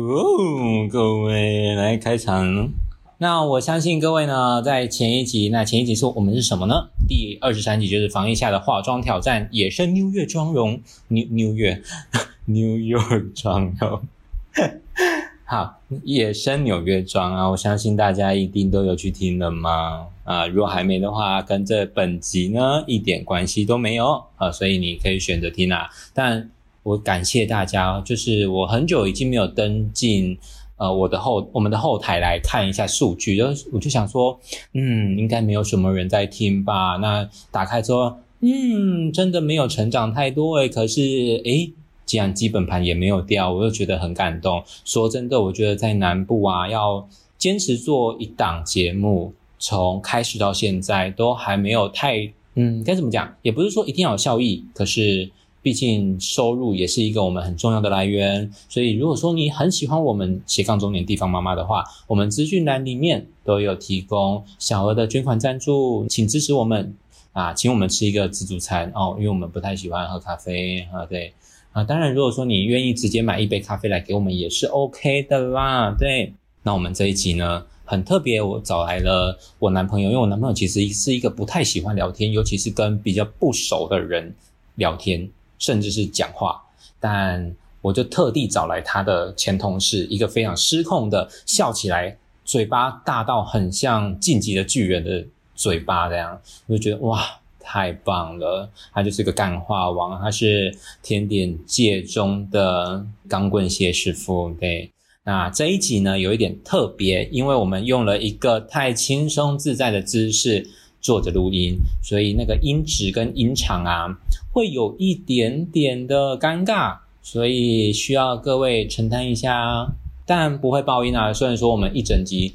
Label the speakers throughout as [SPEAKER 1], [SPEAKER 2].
[SPEAKER 1] 哦，各位来开场。那我相信各位呢，在前一集，那前一集说我们是什么呢？第二十三集就是防疫下的化妆挑战，野生 New 月妆容，New New 月 New York 妆容。 好，野生纽约妆啊，我相信大家一定都有去听了嘛。啊，如果还没的话，跟这本集呢一点关系都没有啊，所以你可以选择听啊。但我感谢大家，就是我很久已经没有登进呃我的后我们的后台来看一下数据，就是我就想说，嗯，应该没有什么人在听吧？那打开之后，嗯，真的没有成长太多诶、可是诶。既然基本盘也没有掉，我就觉得很感动。说真的，我觉得在南部啊，要坚持做一档节目，从开始到现在都还没有太，嗯，该怎么讲？也不是说一定要有效益，可是毕竟收入也是一个我们很重要的来源。所以如果说你很喜欢我们斜杠中年地方妈妈的话，我们资讯栏里面都有提供小额的捐款赞助，请支持我们啊，请我们吃一个自助餐哦，因为我们不太喜欢喝咖啡啊，对。啊，当然，如果说你愿意直接买一杯咖啡来给我们，也是 OK 的啦。对，那我们这一集呢很特别，我找来了我男朋友，因为我男朋友其实是一个不太喜欢聊天，尤其是跟比较不熟的人聊天，甚至是讲话。但我就特地找来他的前同事，一个非常失控的笑起来，嘴巴大到很像晋级的巨人的嘴巴这样，我就觉得哇，太棒了！他就是个干话王，他是甜点界中的钢棍谢师傅。对，那这一集呢有一点特别，因为我们用了一个太轻松自在的姿势坐着录音，所以那个音质跟音场啊会有一点点的尴尬，所以需要各位承担一下，但不会爆音啊。虽然说我们一整集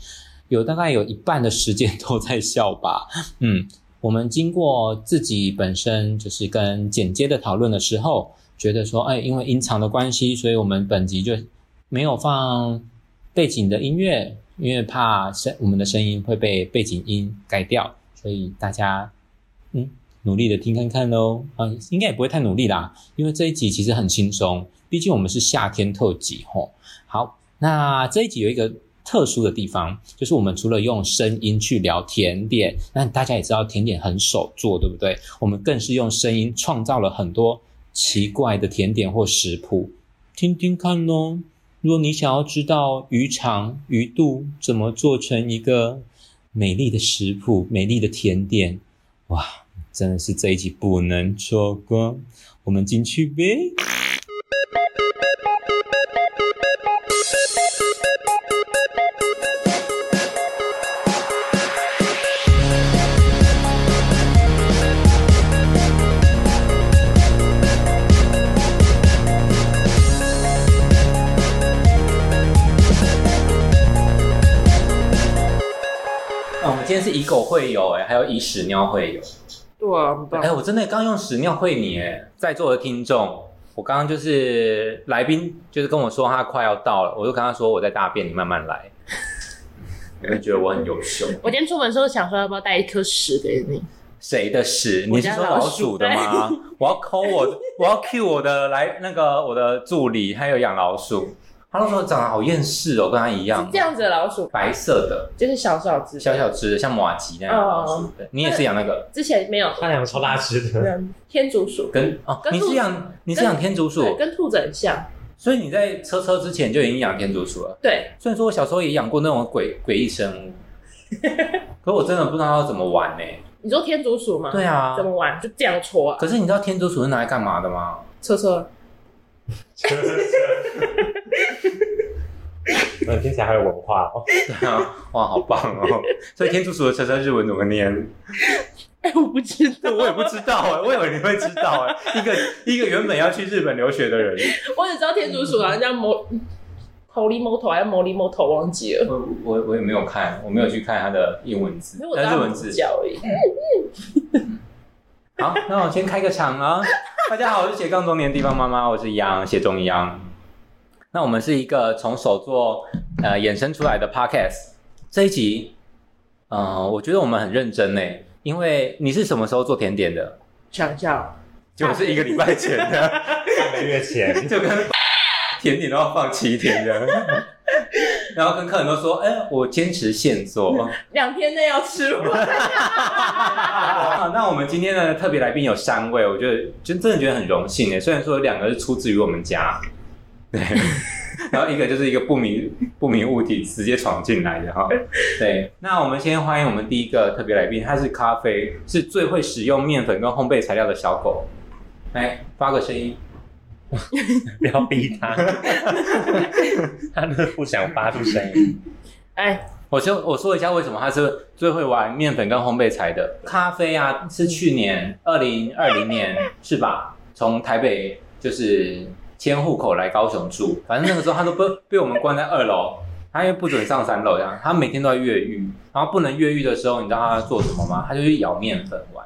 [SPEAKER 1] 有大概有一半的时间 都在笑吧，嗯。我们经过自己本身就是跟剪接的讨论的时候，觉得说，哎，因为音场的关系，所以我们本集就没有放背景的音乐，因为怕声我们的声音会被背景音盖掉，所以大家嗯努力的听看看喽。啊，应该也不会太努力啦，因为这一集其实很轻松，毕竟我们是夏天特辑吼。好，那这一集有一个。特殊的地方就是我们除了用声音去聊甜点，那大家也知道甜点很手做，对不对？我们更是用声音创造了很多奇怪的甜点或食谱，听听看哦。如果你想要知道鱼肠、鱼肚怎么做成一个美丽的食谱、美丽的甜点，哇，真的是这一集不能错过，我们进去呗。哦，我们今天是以狗会友哎、还有以屎尿会友。
[SPEAKER 2] 对啊，很棒
[SPEAKER 1] 哎、。我真的刚用屎尿会你哎，在座的听众，我刚刚就是来宾，就是跟我说他快要到了，我就跟他说我在大便，你慢慢来。你会觉得我很优秀？
[SPEAKER 2] 我今天出门的时候想说要不要带一颗屎给你，
[SPEAKER 1] 谁的屎？
[SPEAKER 2] 我
[SPEAKER 1] 你是
[SPEAKER 2] 家
[SPEAKER 1] 说
[SPEAKER 2] 老
[SPEAKER 1] 老
[SPEAKER 2] 鼠
[SPEAKER 1] 鼠的吗？我要抠 我，我要 cue 我的来那个我的助理，还有养老鼠。他都说长得好厌世哦，跟他一样
[SPEAKER 2] 是，这样子的老鼠，
[SPEAKER 1] 白色的，
[SPEAKER 2] 就是小小只的，
[SPEAKER 1] 小小只的，像马吉那样的老
[SPEAKER 2] 哦
[SPEAKER 1] 鼠。对你也是养那个？
[SPEAKER 2] 之前没有
[SPEAKER 3] 他两个超大只的，
[SPEAKER 2] 嗯天竺鼠，
[SPEAKER 1] 跟哦，
[SPEAKER 2] 跟
[SPEAKER 1] 你
[SPEAKER 2] 兔
[SPEAKER 1] 是
[SPEAKER 2] 子
[SPEAKER 1] 养你是
[SPEAKER 2] 跟
[SPEAKER 1] 养天竺鼠，
[SPEAKER 2] 对，跟兔子很像，
[SPEAKER 1] 所以你在车车之前就已经养天竺鼠了。
[SPEAKER 2] 对，
[SPEAKER 1] 虽然说我小时候也养过那种鬼诡异 生物，可我真的不知道要怎么玩呢、欸
[SPEAKER 2] 你说天竺鼠吗？
[SPEAKER 1] 对啊
[SPEAKER 2] 嗯怎，么玩？就这样戳啊，
[SPEAKER 1] 可是你知道天竺鼠是拿来干嘛的吗？
[SPEAKER 2] 戳戳，
[SPEAKER 3] 嗯，听起来好有文化哦。
[SPEAKER 1] 对啊， 哇，好棒哦！所以天竺鼠的车车日文怎么念？
[SPEAKER 2] 哎，我不知道，
[SPEAKER 1] 我也不知道哎、我以为你会知道哎、一个一个原本要去日本留学的人，
[SPEAKER 2] 我只知道天竺鼠，然
[SPEAKER 1] 嗯
[SPEAKER 2] 后叫摩。头狸摩头还是摩狸摩头忘记了，
[SPEAKER 1] 我我我也没有看，我没有去看它的英文字
[SPEAKER 2] 因为，我知
[SPEAKER 1] 但
[SPEAKER 2] 道
[SPEAKER 1] 日
[SPEAKER 2] 它
[SPEAKER 1] 文
[SPEAKER 2] 只
[SPEAKER 1] 字。
[SPEAKER 2] 脚而已。
[SPEAKER 1] 好，那我先开个场啊！大家好，我是斜杠中年地方妈妈，我是杨谢中央。那我们是一个从手作呃衍生出来的 podcast。这一集，呃，我觉得我们很认真呢，因为你是什么时候做甜点的？
[SPEAKER 2] 想一下哦，
[SPEAKER 1] 就是一个礼拜前的，
[SPEAKER 3] 半个月前，
[SPEAKER 1] 就跟甜点都要放七天这样。 然后跟客人都说，哎、我坚持现做。
[SPEAKER 2] 两天内要 吃完。
[SPEAKER 1] 啊，那我们今天的特别来宾有三位，我觉得真真的觉得很荣幸诶。虽然说有两个是出自于我们家， 对，然后一个就是一个不明不明物体直接闯进来的哈。对，那我们先欢迎我们第一个特别来宾，他是咖啡，是最会使用面粉跟烘焙材料的小狗。来发个声音，
[SPEAKER 3] 不要逼他， 他都不想发出声音。
[SPEAKER 2] 哎，
[SPEAKER 1] 我先我说一下为什么他是最会玩面粉跟烘焙材的。咖啡啊，是去年二零二零年是吧？从台北就是迁户口来高雄住，反正那个时候他都被被我们关在二楼，他又不准上三楼，这样他每天都在越狱。然后不能越狱的时候，你知道他做什么吗？他就去咬面粉玩，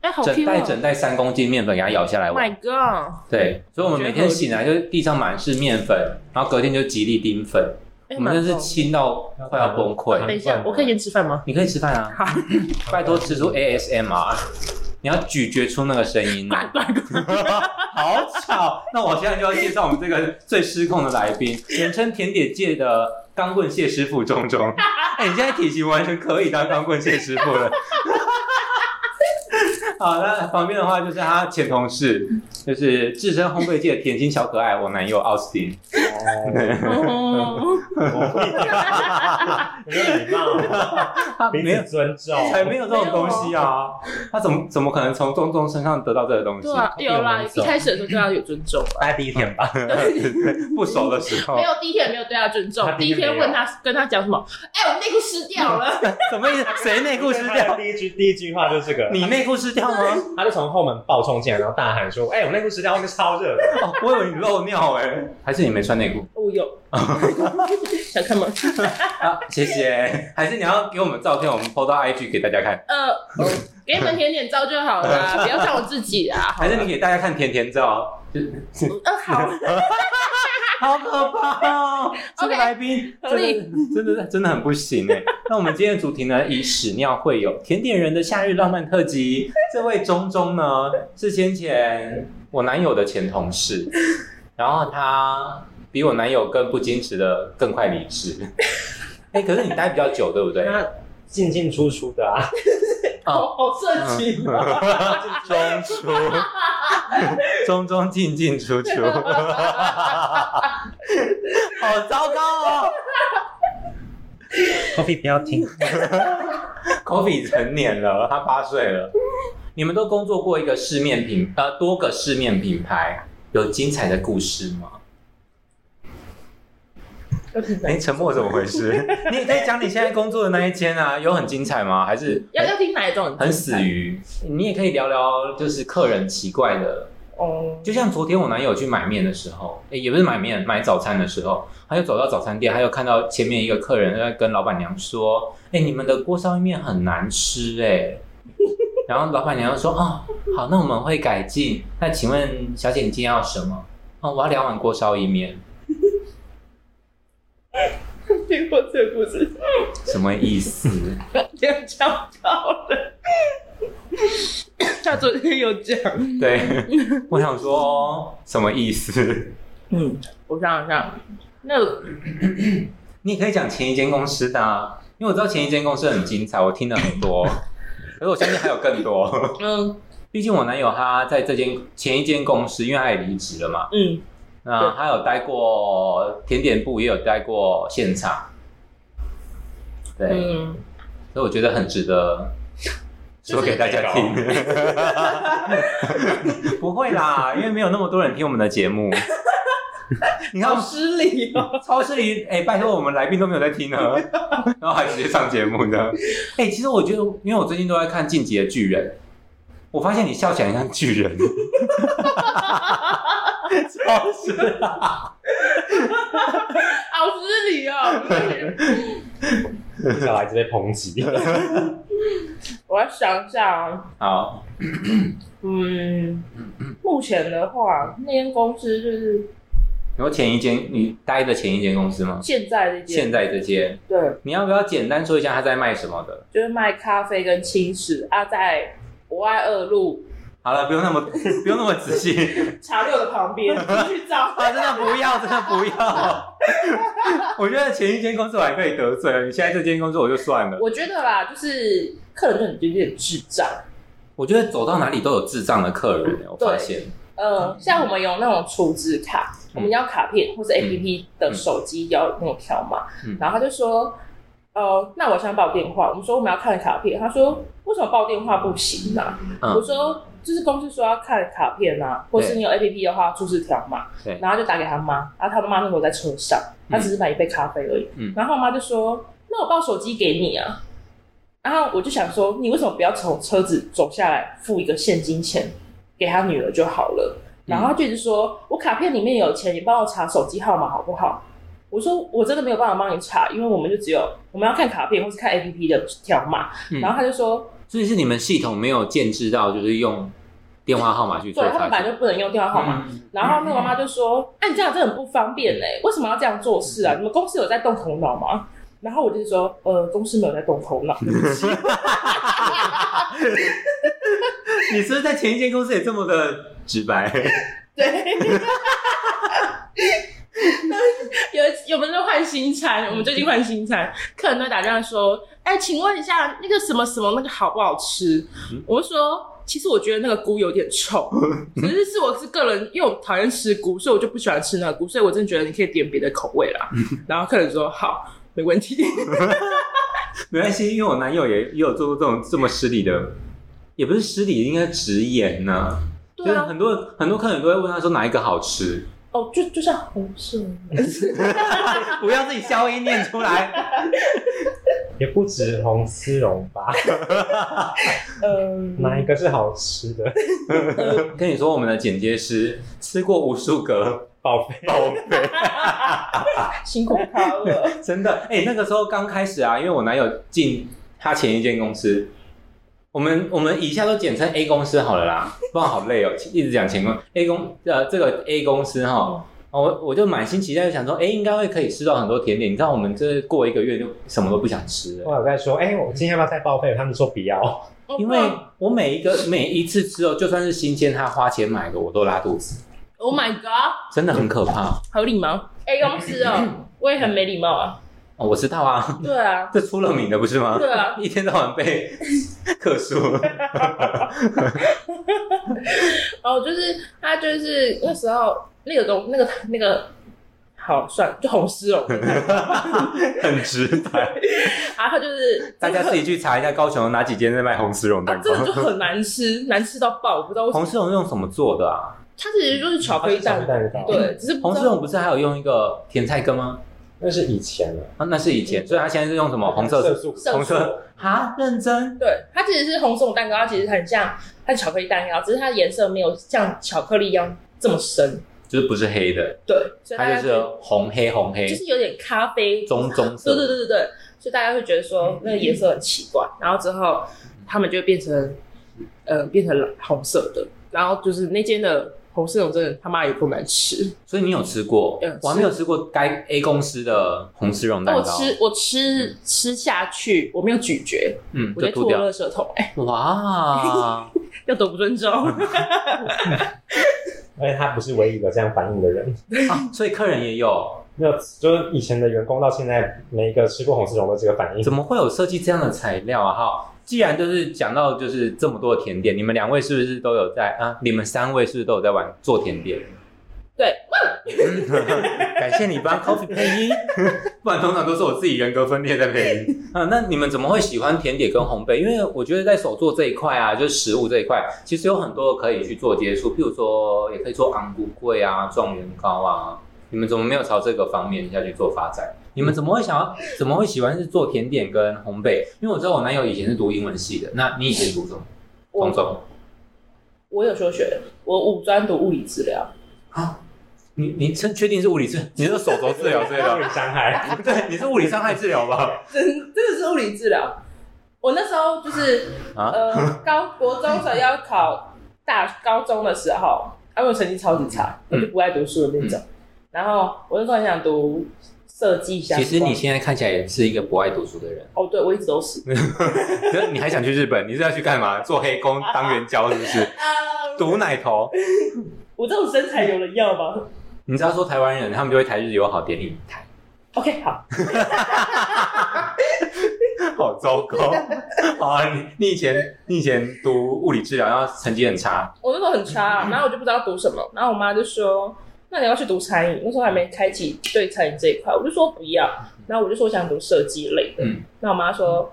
[SPEAKER 2] 哎，好
[SPEAKER 1] 整
[SPEAKER 2] 听
[SPEAKER 1] 袋
[SPEAKER 2] 哦 Oh
[SPEAKER 1] 整袋三公斤面粉给他咬下来玩。
[SPEAKER 2] ！My God，
[SPEAKER 1] 对，所以我们每天醒来就是地上满是面粉，然后隔天就吉利丁粉，
[SPEAKER 2] 哎
[SPEAKER 1] 我们真
[SPEAKER 2] 蛮
[SPEAKER 1] 是
[SPEAKER 2] 棒
[SPEAKER 1] 亲到快要崩溃。
[SPEAKER 2] 等一下，我可以先吃 饭吗？
[SPEAKER 1] 你可以吃饭啊，拜托吃出 ASMR，你要咀嚼出那个声 音
[SPEAKER 2] 呱
[SPEAKER 1] 啊。
[SPEAKER 2] 呱呱！
[SPEAKER 1] 好吵！那我现在就要介绍我们这个最失控的来宾，人称甜点界的钢棍蟹师傅钟 钟。哎、你现在体型完全可以当钢棍蟹师傅了。 好，那旁边的话就是他前同事，就是置身烘焙界的甜心小可爱，我男友奥斯汀。
[SPEAKER 2] 哦
[SPEAKER 3] 没有礼貌，
[SPEAKER 1] 他没
[SPEAKER 3] 彼
[SPEAKER 1] 有
[SPEAKER 3] 此，尊重。
[SPEAKER 1] 才没有这种东西啊！他怎么怎么可能从钟钟身上得到这个东西
[SPEAKER 2] 对？啊，有啦，
[SPEAKER 3] 有人
[SPEAKER 2] 一
[SPEAKER 3] 走
[SPEAKER 2] 开始的时候对他有尊重啊。
[SPEAKER 3] 大家第一天 吧，
[SPEAKER 1] 不熟的时候
[SPEAKER 2] 没，有第一天也没有对他尊重
[SPEAKER 3] 他，
[SPEAKER 2] 第
[SPEAKER 3] 第
[SPEAKER 2] 一
[SPEAKER 3] 一天
[SPEAKER 2] 天问他跟他讲什么？哎，我内裤湿掉了。
[SPEAKER 1] 什么意思？谁内裤湿
[SPEAKER 3] 他的
[SPEAKER 1] 掉？
[SPEAKER 3] 第一句第一句话就是这个，
[SPEAKER 1] 你内裤湿掉吗？
[SPEAKER 3] 他就从后门暴冲进来，然后大喊说：“哎、我内裤湿掉，外面超热的。
[SPEAKER 1] 哦，我以为你漏尿哎、还是你没穿内裤
[SPEAKER 2] 哦，有，想看吗？
[SPEAKER 1] 啊？谢谢， 还是你要给我们照片，我们 PO 到 IG 给大家看，
[SPEAKER 2] 呃，哦给你们舔舔照就好了啦，不要像我自己啊。好
[SPEAKER 1] 还
[SPEAKER 2] 啦
[SPEAKER 1] 是你给大家看甜甜照？
[SPEAKER 2] 呃好，
[SPEAKER 1] 好可怕哦！这个
[SPEAKER 2] OK，
[SPEAKER 1] 来宾
[SPEAKER 2] 合理
[SPEAKER 1] 真的真的真的很不行哎、那我们今天的主题呢，以屎尿会友甜点人的夏日浪漫特辑。这位钟钟呢，是先前我男友的前同事，然后他比我男友更不矜持的更快离职。哎、可是你待比较久，对不对？
[SPEAKER 3] 他进进出出的啊，
[SPEAKER 2] 好好色情啊！
[SPEAKER 1] 中出， 中中进进出 出，好糟糕哦
[SPEAKER 3] coffee 不要听。
[SPEAKER 1] ！Kobe 成年了，他八岁了。你们都工作过一个市面品呃多个市面品牌，有精彩的故事吗？哎，沉默怎么回事？你也可以讲你现在工作的那一间啊，有很精彩吗？还是
[SPEAKER 2] 要要听哪一种？
[SPEAKER 1] 很死鱼？你也可以聊聊，就是客人奇怪的
[SPEAKER 2] 哦，
[SPEAKER 1] 就像昨天我男友去买面的时候，诶也不是买面，买早餐的时候，他就走到早餐店，他就看到前面一个客人在跟老板娘说：“哎、你们的锅烧意面很难吃哎、 然后老板娘就说：“哦，好，那我们会改进。那请问小姐，你今天要什么？哦，我要两碗锅烧意面，
[SPEAKER 2] 听过这个故事，
[SPEAKER 1] 什么意思？
[SPEAKER 2] 这样讲到了。他昨天有讲，
[SPEAKER 1] 对，我想说哦什么意思？
[SPEAKER 2] 嗯，我想想，那
[SPEAKER 1] 你也可以讲前一间公司的、啊，因为我知道前一间公司很精彩，我听了很多，可是我相信还有更多。”
[SPEAKER 2] 嗯
[SPEAKER 1] 毕竟我男友他在这间前一间公司，因为他也离职了嘛，
[SPEAKER 2] 嗯，
[SPEAKER 1] 那他有待过甜点部，也有待过现场，对，
[SPEAKER 2] 嗯，
[SPEAKER 1] 所以我觉得很值 得说给大家听。 不会啦，因为没有那么多人听我们的节目。 你看
[SPEAKER 2] 好，失礼哦。
[SPEAKER 1] 超市里，哎、拜托我们来宾都没有在听呢， 然后还直接上节目呢。哎、其实我觉得，因为我最近都在看《进击的巨人》，我发现你笑起来很像巨 人，超市
[SPEAKER 2] 好失礼哦！
[SPEAKER 3] 小孩子被抨 击，
[SPEAKER 2] 我要想想啊，
[SPEAKER 1] 好，
[SPEAKER 2] 嗯，目前的话，那间公司就是
[SPEAKER 1] 然后前一间你待的前一间公司吗？
[SPEAKER 2] 现在这间，
[SPEAKER 1] 现在这间，
[SPEAKER 2] 对，
[SPEAKER 1] 你要不要简单说一下他在卖什么的？
[SPEAKER 2] 就是卖咖啡跟轻食啊，在博爱二路
[SPEAKER 1] 好了，不用那么不用那么仔 细。
[SPEAKER 2] 茶六的 旁边继续找。
[SPEAKER 1] 啊，真的不要，真的不要。我觉得前一间公司我还可以得罪，你现在这间公司我就算了。
[SPEAKER 2] 我觉得啦，就是客人就很有点智障。
[SPEAKER 1] 我觉得走到哪里都有智障的客人，欸我发现。
[SPEAKER 2] 呃，像我们有那种储值卡，
[SPEAKER 1] 嗯
[SPEAKER 2] 我们要卡片或是 APP 的手机要那种条码，
[SPEAKER 1] 嗯
[SPEAKER 2] 然后他就说，呃，那我想报电话，我们说我们要看卡片，他说为什么报电话不行呢、
[SPEAKER 1] 嗯
[SPEAKER 2] 我说就是公司说要看卡片啊，或是你有 APP 的话，出示条码
[SPEAKER 1] 对，
[SPEAKER 2] 然后就打给他妈，然后他妈那时候在车上，他只是买一杯咖啡而已，
[SPEAKER 1] 嗯
[SPEAKER 2] 然后我妈就说，那我报手机给你啊。然后我就想说，你为什么不要从车子走下来付一个现金钱给他女儿就好了？
[SPEAKER 1] 嗯
[SPEAKER 2] 然后他就一直说，我卡片里面有钱，你帮我查手机号码好不好？我说我真的没有办法帮你查，因为我们就只有我们要看卡片或是看 APP 的条码。
[SPEAKER 1] 嗯
[SPEAKER 2] 然后他就说，
[SPEAKER 1] 所以是你们系统没有建制到，就是用电话号码去做
[SPEAKER 2] 对他
[SPEAKER 1] 查
[SPEAKER 2] 们本来
[SPEAKER 1] 询。嗯
[SPEAKER 2] 就不能用电话号码。然后那个妈妈就说：“哎、你这样真的很不方便嘞、为什么要这样做
[SPEAKER 1] 嗯
[SPEAKER 2] 事啊？你们公司有在动头脑吗？”然后我就说：“呃，公司没有在动头脑。
[SPEAKER 1] 你是不是在前一间公司也这么的直白？”
[SPEAKER 2] 对。 有有们就换新餐，我们最近换新餐，客人都打电话说：“哎、请问一下那个什么什么那个好不好吃？”我就说。其实我觉得那个菇有点臭，只是是我是个人，因为我讨厌吃菇，所以我就不喜欢吃那个菇，所以我真的觉得你可以点别的口味啦。然后客人说好，没问题。
[SPEAKER 1] 没关系，因为我男友也也有做过这种这么失礼的，也不是失礼，应该直言呢、就
[SPEAKER 2] 对
[SPEAKER 1] 是
[SPEAKER 2] 啊，
[SPEAKER 1] 很多很多客人都会问他说哪一个好 吃，
[SPEAKER 2] 哦，就就像红色，
[SPEAKER 1] 不要自己消音念出来。
[SPEAKER 4] 也不止红丝绒吧，
[SPEAKER 2] 嗯，
[SPEAKER 4] 哪一个是好吃的？
[SPEAKER 1] 跟你说，我们的剪接师吃过无数个
[SPEAKER 4] 报废。
[SPEAKER 1] 宝贝，
[SPEAKER 2] 辛苦他 了。
[SPEAKER 1] 真的。哎、那个时候刚开始啊，因为我男友进他前一间公司，我们我们以下都简称 A 公司好了啦，不然好累哦，一直讲前公 A 公呃这个 A 公司哈。哦我我就满心期待，想说，哎、应该会可以吃到很多甜点。你知道，我们这过一个月就什么都不想吃了。
[SPEAKER 4] 我有在说，哎、我今天要不要再报废？他们说不要。
[SPEAKER 2] 哦
[SPEAKER 1] 因为我每一个每一次吃哦，就算是新鲜，他花钱买的，我都拉肚子，
[SPEAKER 2] Oh my god，
[SPEAKER 1] 真的很可怕。
[SPEAKER 2] 合理吗？A 公司哦，我也很没礼貌啊。
[SPEAKER 1] 哦、我知道嗯啊，
[SPEAKER 2] 对啊，
[SPEAKER 1] 这出了名的不是吗？
[SPEAKER 2] 对啊，
[SPEAKER 1] 一天到晚被 克数。
[SPEAKER 2] 哦，就是他就是那时候那个东那个那个。好，算了就红丝 绒，
[SPEAKER 1] 很直 白，
[SPEAKER 2] 然后啊就是
[SPEAKER 1] 大家自己去查一下高雄有哪几间在卖红 丝绒
[SPEAKER 2] 啊，
[SPEAKER 1] 蛋糕
[SPEAKER 2] 这。个就很难吃， 难吃到爆，我不知道为什
[SPEAKER 1] 红
[SPEAKER 2] 么。
[SPEAKER 1] 丝绒用什么做的啊？
[SPEAKER 2] 它其实就是巧克力蛋，
[SPEAKER 4] 蛋糕，
[SPEAKER 2] 对，只是不
[SPEAKER 1] 红
[SPEAKER 2] 知
[SPEAKER 1] 丝
[SPEAKER 2] 道
[SPEAKER 1] 绒不是还有用一个甜菜根吗？
[SPEAKER 4] 那是以前了。
[SPEAKER 1] 啊，那是以前，所以它现在是用什么红色素？
[SPEAKER 4] 素
[SPEAKER 2] 嗯色素
[SPEAKER 1] 红色啊，认真
[SPEAKER 2] 对，它其实是红色蛋糕，它其实很像它是巧克力蛋糕，只是它的颜色没有像巧克力一样这么深。
[SPEAKER 1] 就是不是黑的，
[SPEAKER 2] 对，所以大
[SPEAKER 1] 它
[SPEAKER 2] 家
[SPEAKER 1] 就是红黑红黑
[SPEAKER 2] 就是有点咖啡，
[SPEAKER 1] 棕棕色。嗯
[SPEAKER 2] 对对对对对，所以大家会觉得说那个颜色很奇怪，然后之后他们就会变成呃变成蓝红色的，然后就是那间的红色绒真的他妈有够难吃，
[SPEAKER 1] 所以你有吃过
[SPEAKER 2] 嗯有吃？
[SPEAKER 1] 我还没有吃过该 A 公司的红丝绒蛋
[SPEAKER 2] 我
[SPEAKER 1] 糕。
[SPEAKER 2] 吃我吃吃下去我没有咀嚼，
[SPEAKER 1] 嗯，
[SPEAKER 2] 我
[SPEAKER 1] 就
[SPEAKER 2] 就
[SPEAKER 1] 吐
[SPEAKER 2] 吐了
[SPEAKER 1] 掉。
[SPEAKER 2] 垃圾桶，哎，
[SPEAKER 1] 哇，
[SPEAKER 2] 要多不尊重。
[SPEAKER 1] 嗯
[SPEAKER 4] 而且他不是唯一有这样反应的人。
[SPEAKER 1] 啊所以客人也有，
[SPEAKER 4] 没有，就是以前的员工到现在，每一个吃过红丝绒的这个反应
[SPEAKER 1] 怎，么会有设计这样的材料啊？哈，既然就是讲到就是这么多的甜点，你们两位是不是都有在啊？你们三位是不是都有在玩做甜点？
[SPEAKER 2] 对，
[SPEAKER 1] 嗯感谢你 帮 Coffee 配音，不然通常都是我自己人格分裂在配音。 啊，那你们怎么会喜欢甜点跟烘焙？因为我觉得在手作这一块啊，就是食物这一块，其实有很多可以去做接触，譬如说也可以做昂古桂啊、状元糕啊。你们怎么没有朝这个方面下去做发展？你们怎么会想要？怎么会喜欢是做甜点跟烘焙？因为我知道我男友以前是读英文系的，那你以前读什么？
[SPEAKER 2] 我
[SPEAKER 1] 工作？
[SPEAKER 2] 我有休学，我五专读物理治疗，
[SPEAKER 1] 啊？你你真确定是物理治？你是手肘治疗之类
[SPEAKER 4] 让
[SPEAKER 1] 的
[SPEAKER 4] 你？伤 害。
[SPEAKER 1] 对，啊你是物理伤害治疗吧？
[SPEAKER 2] 真真的是物理治疗。我那时候就是
[SPEAKER 1] 啊
[SPEAKER 2] 呃，高国中时候要考大高中的时候，啊因为我成绩超级差，
[SPEAKER 1] 嗯
[SPEAKER 2] 我就不爱读书的那种。然后我那时候很想读设计相
[SPEAKER 1] 其实
[SPEAKER 2] 关。
[SPEAKER 1] 你嗯现在看起来也是一个不爱读书的 人，
[SPEAKER 2] 哦，对我一直都是。
[SPEAKER 1] 可是你还想去日本？你是要去干嘛？做黑工当援交是不是？
[SPEAKER 2] 啊，
[SPEAKER 1] 毒奶头。
[SPEAKER 2] 我这种身材有人要吗
[SPEAKER 1] 你知道说台湾人，他们就会台日友好点你台，
[SPEAKER 2] ？OK，好，
[SPEAKER 1] 好糟糕。 好啊，你你以前你以前读物理治疗，然后成绩很差，
[SPEAKER 2] 我那时候很差、啊
[SPEAKER 1] 嗯
[SPEAKER 2] 然后我就不知道读什么，然后我妈就说：“那你要去读餐饮。”那时候还没开启对餐饮这一块，我就说不要。然后我就说我想读设计类的，
[SPEAKER 1] 嗯
[SPEAKER 2] 那我妈说：“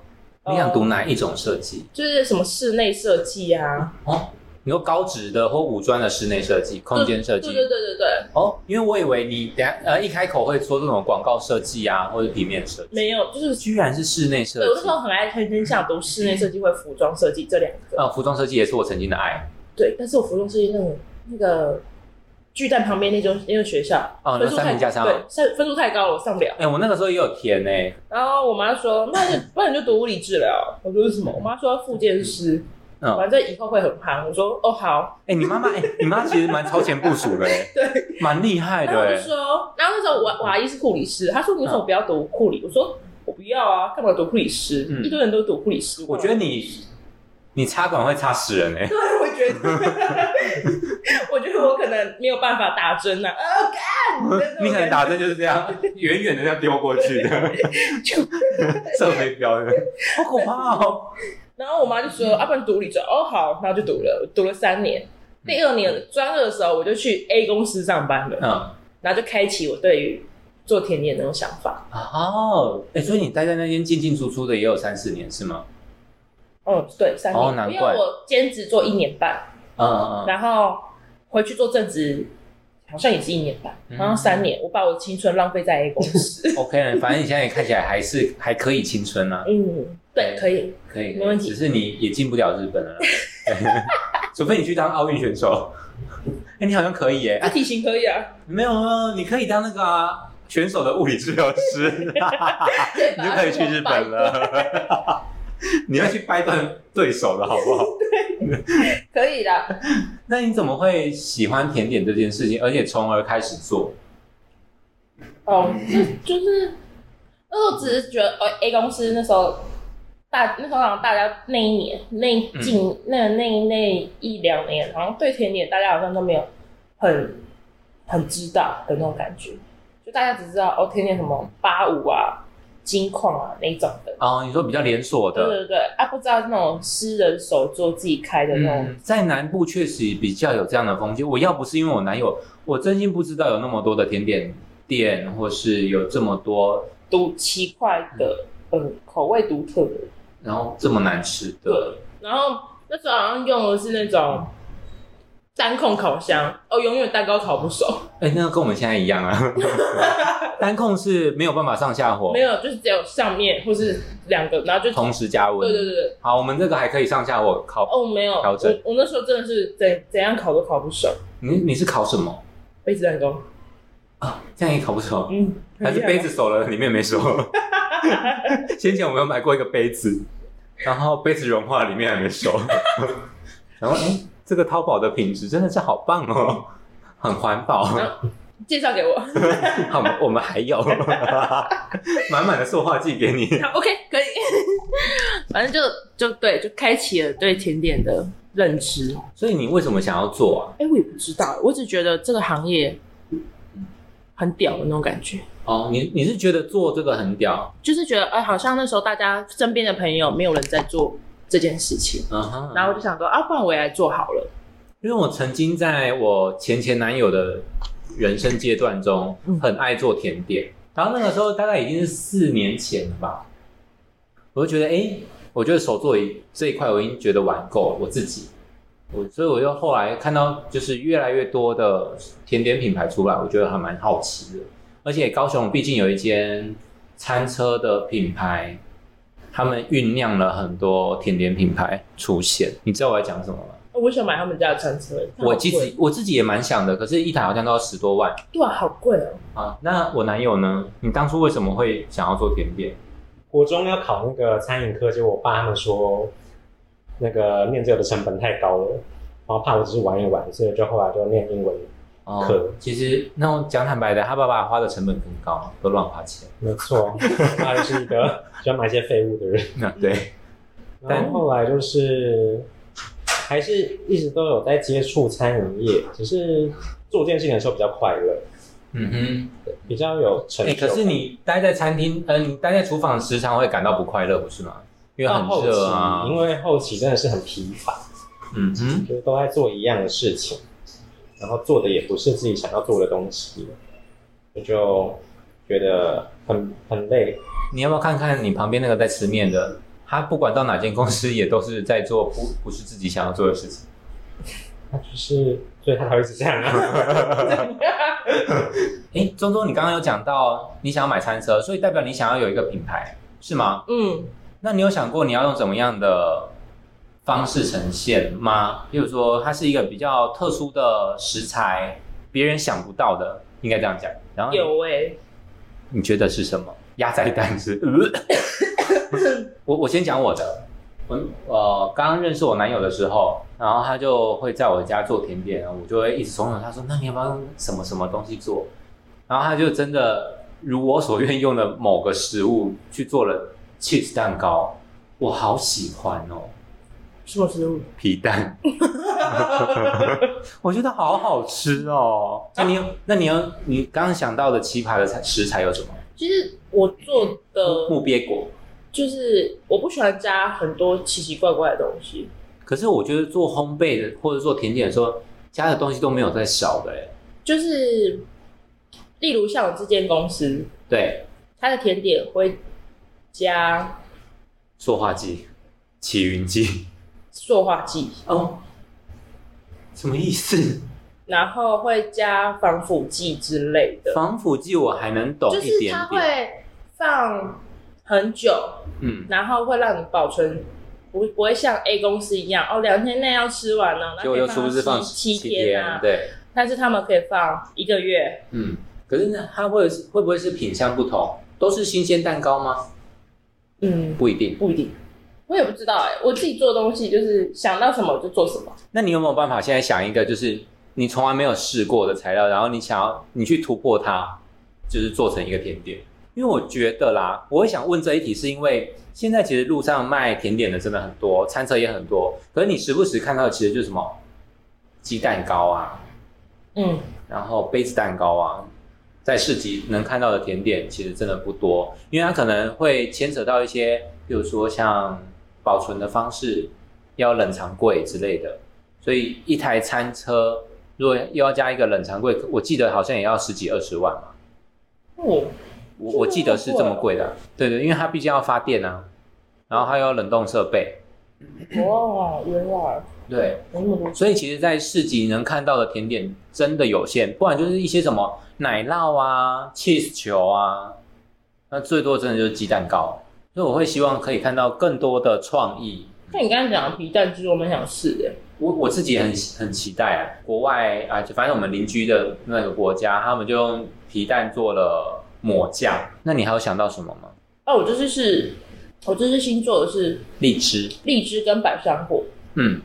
[SPEAKER 1] 你想读
[SPEAKER 2] 呃
[SPEAKER 1] 哪一种设计？
[SPEAKER 2] 就是什么室内设计啊，
[SPEAKER 1] 哦，你说高职的或五专的室内设计、空嗯间设计
[SPEAKER 2] 对？对对对对，
[SPEAKER 1] 哦，因为我以为你等下呃一开口会说这种广告设计啊，或者平面设计，
[SPEAKER 2] 没有，就是
[SPEAKER 1] 居然是室内设
[SPEAKER 2] 对我那
[SPEAKER 1] 计
[SPEAKER 2] 时。候很爱很很想读室内设计或服装设计这两个，
[SPEAKER 1] 呃，服装设计也是我曾经的爱。
[SPEAKER 2] 对，但是我服装设计那种那个巨蛋旁边那种那个学校，
[SPEAKER 1] 哦
[SPEAKER 2] 分数
[SPEAKER 1] 那三
[SPEAKER 2] 太
[SPEAKER 1] 名加上
[SPEAKER 2] 对，分分数太高了，我上不了。
[SPEAKER 1] 哎、我那个时候也有填呢、
[SPEAKER 2] 然后我妈说，那就不然你就读物理治疗。我说是什么？我妈说复健师，
[SPEAKER 1] 嗯
[SPEAKER 2] 反正以后会很夯。我说哦好。
[SPEAKER 1] 哎、你妈妈，哎、你妈其实蛮超前部署的、欸，
[SPEAKER 2] 对，
[SPEAKER 1] 蛮厉害
[SPEAKER 2] 然后
[SPEAKER 1] 的、
[SPEAKER 2] 哎我就
[SPEAKER 1] 欸。
[SPEAKER 2] 说，然后那时候我我阿姨是护理师，她说你为什
[SPEAKER 1] 嗯
[SPEAKER 2] 么不要读护理？我说我不要啊，干嘛读护理师？
[SPEAKER 1] 嗯
[SPEAKER 2] 一堆人都读护理师，
[SPEAKER 1] 我觉得你，你插管会插死人哎、
[SPEAKER 2] 对， 我觉得，我觉得我可能没有办法打针呐、啊。哦，干！
[SPEAKER 1] 你可能打针就是这样，远远的这样丢过去的，射飞镖的，好可怕哦！
[SPEAKER 2] 然后我妈就说：“要、啊、不然读理专哦，好，然后就读了，我读了三年。第二年专二的时候，我就去 A 公司上班了，
[SPEAKER 1] 嗯，
[SPEAKER 2] 然后就开启我对于做甜点的那种想法。
[SPEAKER 1] 哦，哎、所以你待在那边进进出出的也有三四年是吗？
[SPEAKER 2] 嗯，对，三年，
[SPEAKER 1] 哦难怪
[SPEAKER 2] 因为我兼职做一年半，
[SPEAKER 1] 嗯嗯嗯，
[SPEAKER 2] 然后回去做正职，好像也是一年半，
[SPEAKER 1] 嗯
[SPEAKER 2] 然后三年，我把我的青春浪费在 A 公 司。
[SPEAKER 1] OK 了，反正你现在也看起来还是还可以青春啊，
[SPEAKER 2] 嗯，对，可以。
[SPEAKER 1] 可以，
[SPEAKER 2] 没问题
[SPEAKER 1] 只是你也进不了日 本了啦，啊除非你去当奥运选手。 哎、你好像可以耶、
[SPEAKER 2] 啊，体型可以啊，
[SPEAKER 1] 没有啊，你可以当那个啊选手的物理治疗 师，你就可以去日本了。 你要去掰断对手的好不好？
[SPEAKER 2] 可以啦。
[SPEAKER 1] 那你怎么会喜欢甜点这件事情，而且从而开始做？
[SPEAKER 2] 哦，就就是那时候只是觉得，哦，A 公司那时候大那时候好像大家那一年那
[SPEAKER 1] 嗯
[SPEAKER 2] 近、那那那一两年，好像对甜点大家好像都没有很很知道的那种感觉，就大家只知道哦，甜点什么八五啊、金矿啊那种的，
[SPEAKER 1] 哦，你说比较连锁
[SPEAKER 2] 对
[SPEAKER 1] 的，
[SPEAKER 2] 对对，啊，不知道那种私人手做自己开的那种，
[SPEAKER 1] 嗯，在南部确实比较有这样的风气。我要不是因为我男友，我真心不知道有那么多的甜点店，或是有这么多，
[SPEAKER 2] 独奇怪的，嗯，口味独特的
[SPEAKER 1] 然后这么难吃的。
[SPEAKER 2] 然后那时候好像用的是那种单控烤箱，哦，永远蛋糕烤不熟，
[SPEAKER 1] 哎、那个跟我们现在一样啊。 单控是没有办法上下火，
[SPEAKER 2] 没有，就是只有上面或是两个，然后就
[SPEAKER 1] 哦同时加温。
[SPEAKER 2] 对对对对，
[SPEAKER 1] 好，我们这个还可以上下火烤。
[SPEAKER 2] 哦，没有，
[SPEAKER 1] 调
[SPEAKER 2] 我
[SPEAKER 1] 整
[SPEAKER 2] 我那时候真的是怎怎样烤都烤不熟，
[SPEAKER 1] 你你是烤什么？啊
[SPEAKER 2] 杯子蛋糕，
[SPEAKER 1] 这样也烤不熟，
[SPEAKER 2] 嗯，
[SPEAKER 1] 还是杯子熟了，里面没熟？ 先前我们有买过一个杯子，然后杯子融化，里面还没熟。 然后，哎、这个淘宝的品质真的是好棒哦，很环保。
[SPEAKER 2] 介绍给我
[SPEAKER 1] 好，我们我们还有 满满的塑化剂给你。
[SPEAKER 2] 好，OK，可 以，反正就就对，就开启了对甜点的认知。
[SPEAKER 1] 所以你为什么想要做啊？
[SPEAKER 2] 哎、我也不知道，我只觉得这个行业很屌的那种感觉。
[SPEAKER 1] 哦，你你是觉得做这个很屌？
[SPEAKER 2] 就是觉得哎、好像那时候大家身边的朋友没有人在做这件事情，
[SPEAKER 1] 嗯哼。
[SPEAKER 2] 然后我就想说啊，不然我也来做好了。
[SPEAKER 1] 因为我曾经在我前前男友的人生阶段中，很爱做甜点，然后那个时候大概已经是四年前了吧，我就觉得，哎、我觉得手作这一块我已经觉得玩够了，我自己，我所以我就后来看到就是越来越多的甜点品牌出来，我觉得还蛮好奇的，而且高雄毕竟有一间餐车的品牌。他们酝酿了很多甜点品牌出现，你知道我在讲什么吗？
[SPEAKER 2] 我想买他们家的餐车，
[SPEAKER 1] 我
[SPEAKER 2] 记
[SPEAKER 1] 自
[SPEAKER 2] 得
[SPEAKER 1] 己我自己也蛮想的，可是一台好像都要十多万
[SPEAKER 2] 对啊，好贵哦、
[SPEAKER 1] 啊。那我男友呢？你当初为什么会想要做甜点？
[SPEAKER 4] 国中要考那个餐饮课，结果我爸他们说那个念这个的成本太高了，然后怕我只是玩一玩，所以就后来就念英文。
[SPEAKER 1] 哦
[SPEAKER 4] 可，
[SPEAKER 1] 其实那我讲坦白的，他爸爸花的成本更高，都乱花钱。
[SPEAKER 4] 没错，我爸就是一个喜欢买一些废物的人。
[SPEAKER 1] 那对，
[SPEAKER 4] 然后后来就是还是一直都有在接触餐饮业，只是做这件事情的时候比较快乐，
[SPEAKER 1] 嗯
[SPEAKER 4] 比较有成
[SPEAKER 1] 哼，哎、
[SPEAKER 4] 就
[SPEAKER 1] 可
[SPEAKER 4] 感。
[SPEAKER 1] 是你待在餐厅，嗯、你待在厨房时常会感到不快乐，不是吗？因为
[SPEAKER 4] 到
[SPEAKER 1] 很
[SPEAKER 4] 后
[SPEAKER 1] 热
[SPEAKER 4] 期，
[SPEAKER 1] 啊。
[SPEAKER 4] 因为后期真的是很疲乏，
[SPEAKER 1] 嗯哼，
[SPEAKER 4] 就是都在做一样的事情，然后做的也不是自己想要做的东西，我就觉得很很累。
[SPEAKER 1] 你要不要看看你旁边那个在吃面的？他不管到哪间公司，也都是在做不不是自己想要做的事情。
[SPEAKER 4] 他就是，所以他才会一直这样 啊。
[SPEAKER 1] 哎、钟钟，你刚刚有讲到你想要买餐车，所以代表你想要有一个品牌，是吗？
[SPEAKER 2] 嗯，
[SPEAKER 1] 那你有想过你要用怎么样的方式呈现吗？例如说，它是一个比较特殊的食材，别人想不到的，应该这样讲。然后你
[SPEAKER 2] 有哎、
[SPEAKER 1] 你觉得是什么？鸭仔蛋是？我我先讲我的。我呃，刚认识我男友的时候，然后他就会在我家做甜点，啊我就会一直怂恿他说：“那你要不要用什么什么东西做？”然后他就真的如我所愿，用了某个食物去做了 cheese 蛋糕，我好喜欢哦，
[SPEAKER 2] 什么食物？
[SPEAKER 1] 皮蛋，我觉得好好吃哦。那你有那你有你刚刚想到的奇葩的材食材有什么？
[SPEAKER 2] 其实我做的
[SPEAKER 1] 呃木鳖果。
[SPEAKER 2] 就是我不喜欢加很多奇奇怪怪的东西，
[SPEAKER 1] 可是我觉得做烘焙的或者做甜点的时候，加的东西都没有在少的哎、
[SPEAKER 2] 就是例如像我这间公司，
[SPEAKER 1] 对，
[SPEAKER 2] 它的甜点会加
[SPEAKER 1] 塑化剂、起云剂
[SPEAKER 2] 塑化剂，
[SPEAKER 1] 哦，什么意思？
[SPEAKER 2] 然后会加防腐剂之类的，
[SPEAKER 1] 防腐剂我还能懂
[SPEAKER 2] 就
[SPEAKER 1] 一
[SPEAKER 2] 是
[SPEAKER 1] 点
[SPEAKER 2] 它
[SPEAKER 1] 点，
[SPEAKER 2] 会放很久，
[SPEAKER 1] 嗯，
[SPEAKER 2] 然后会让你保存。不不会像 A 公司一样哦，两天内要吃完了，那
[SPEAKER 1] 结果
[SPEAKER 2] 可
[SPEAKER 1] 又
[SPEAKER 2] 以
[SPEAKER 1] 殊不知
[SPEAKER 2] 到
[SPEAKER 1] 放
[SPEAKER 2] 七七
[SPEAKER 1] 天
[SPEAKER 2] 天啊？
[SPEAKER 1] 对，
[SPEAKER 2] 但是他们可以放一个月，
[SPEAKER 1] 嗯。可是呢，它会会不会是品相不同？都是新鲜蛋糕吗？
[SPEAKER 2] 嗯，
[SPEAKER 1] 不一定。
[SPEAKER 2] 不一定，我也不知道哎、我自己做东西就是想到什么我就做什么，
[SPEAKER 1] 那你有没有办法现在想一个，就是你从来没有试过的材料，然后你想要你去突破它，就是做成一个甜点？因为我觉得啦，我会想问这一题，是因为现在其实路上卖甜点的真的很多，餐车也很多，可是你时不时看到的其实就是什么鸡蛋糕啊，
[SPEAKER 2] 嗯，
[SPEAKER 1] 然后杯子蛋糕啊，在市集能看到的甜点其实真的不多，因为它可能会牵扯到一些，比如说像保存的方式，要冷藏柜之类的，所以一台餐车如果又要加一个冷藏柜，我记得好像也要十几二十万嘛，
[SPEAKER 2] 哦，
[SPEAKER 1] 我我记得是这么贵的啊，对对，因为它毕竟要发电啊，然后还有冷冻设备，
[SPEAKER 2] 哇，原来
[SPEAKER 1] 对，
[SPEAKER 2] 有那么多，
[SPEAKER 1] 所以其实，在市集能看到的甜点真的有限，不然就是一些什么奶酪啊、cheese 球啊，那最多真的就是鸡蛋糕。所以我会希望可以看到更多的创意。
[SPEAKER 2] 那你刚才讲的皮蛋鸡，我蛮想试的、
[SPEAKER 1] 我我自己也很很期待啊，国外啊，就反正我们邻居的那个国家，他们就用皮蛋做了抹酱。那你还有想到什么吗？
[SPEAKER 2] 哦，我这次是，我这次新做的是
[SPEAKER 1] 荔枝，
[SPEAKER 2] 荔枝跟百香果，
[SPEAKER 1] 嗯，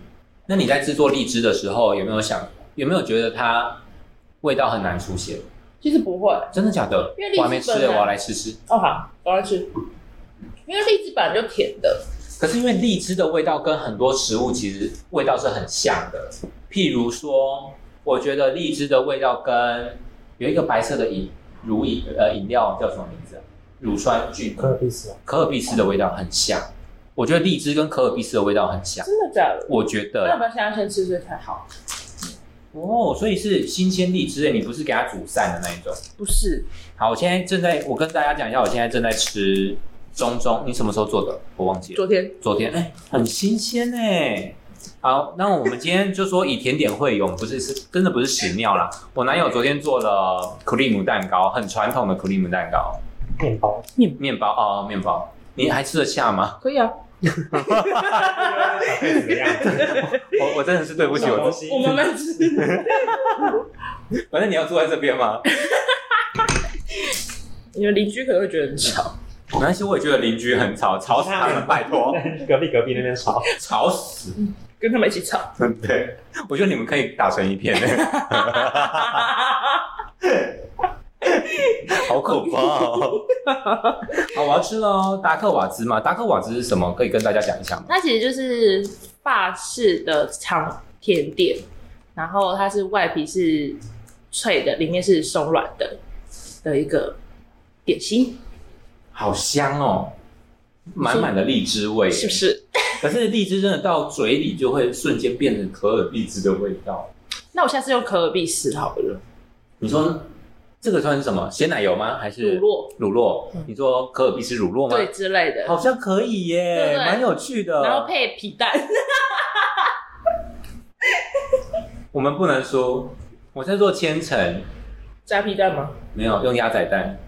[SPEAKER 1] 那你在制作荔枝的时候，有没有想有没有觉得它味道很难出现？
[SPEAKER 2] 其实不会，
[SPEAKER 1] 真的假的？
[SPEAKER 2] 因为荔枝
[SPEAKER 1] 我还没吃、欸，
[SPEAKER 2] 本来
[SPEAKER 1] 我要来吃吃。
[SPEAKER 2] 哦好，赶快吃，因为荔枝本来就甜的，
[SPEAKER 1] 可是因为荔枝的味道跟很多食物其实味道是很像的，譬如说，我觉得荔枝的味道跟有一个白色的饮乳饮呃饮料叫什么名字、啊？乳酸菌
[SPEAKER 4] 科尔必斯啊，
[SPEAKER 1] 可尔必斯的味道很像，我觉得荔枝跟可尔必斯的味道很像，
[SPEAKER 2] 真的假的？
[SPEAKER 1] 我觉
[SPEAKER 2] 那
[SPEAKER 1] 得
[SPEAKER 2] 要不要现在先吃吃看？好，
[SPEAKER 1] 哦，所以是新鲜荔枝诶，你不是给它煮散的那一种。
[SPEAKER 2] 不是，
[SPEAKER 1] 好，我现在正在，我跟大家讲一下，我现在正在吃中中，你什么时候做的？我忘记了。
[SPEAKER 2] 昨天
[SPEAKER 1] 昨天，哎、很新鲜哎、好，那我们今天就说以甜点会友，不是是真的不是屎尿啦。我男友昨天做了克里姆蛋糕，很传统的克里姆蛋糕，
[SPEAKER 4] 面包
[SPEAKER 1] 面包哦，面包，你还吃得下吗？
[SPEAKER 2] 可以啊，
[SPEAKER 4] 怎么样？
[SPEAKER 1] 我我真的是对不起
[SPEAKER 4] 什么
[SPEAKER 1] 我
[SPEAKER 4] 东
[SPEAKER 1] 自己，
[SPEAKER 4] 西
[SPEAKER 2] 我慢慢吃，
[SPEAKER 1] 反正你要坐在这边嘛。
[SPEAKER 2] 你们邻居可能会觉得很吵，
[SPEAKER 1] 没关系，我也觉得邻居很吵，吵死他 们，拜托，
[SPEAKER 4] 隔壁隔壁那边吵，
[SPEAKER 1] 吵死。
[SPEAKER 2] 跟他们一起吵。
[SPEAKER 1] 对，我觉得你们可以打成一 片、好可怕 哦！好，我要吃喽。达克瓦兹嘛，达克瓦兹是什么？可以跟大家讲一下吗？
[SPEAKER 2] 它其实就是法式的长甜点，然后它是外皮是脆的，里面是松软的的一个点心，
[SPEAKER 1] 好香哦，满满的荔枝味，
[SPEAKER 2] 是不？是？
[SPEAKER 1] 可是荔枝真的到嘴里就会瞬间变成可尔荔枝的味道。
[SPEAKER 2] 那我下次用可尔必斯好了，
[SPEAKER 1] 你说这个算是什么？鲜奶油吗？还是
[SPEAKER 2] 乳酪
[SPEAKER 1] 乳酪
[SPEAKER 2] 嗯？
[SPEAKER 1] 你说可尔必斯乳酪吗？
[SPEAKER 2] 对，之类的，
[SPEAKER 1] 好像可以
[SPEAKER 2] 对
[SPEAKER 1] 耶，
[SPEAKER 2] 不对
[SPEAKER 1] 蛮有趣的。
[SPEAKER 2] 然后配皮蛋。
[SPEAKER 1] 我们不能说我在做千层，
[SPEAKER 2] 加皮蛋吗？
[SPEAKER 1] 没有用鸭仔蛋，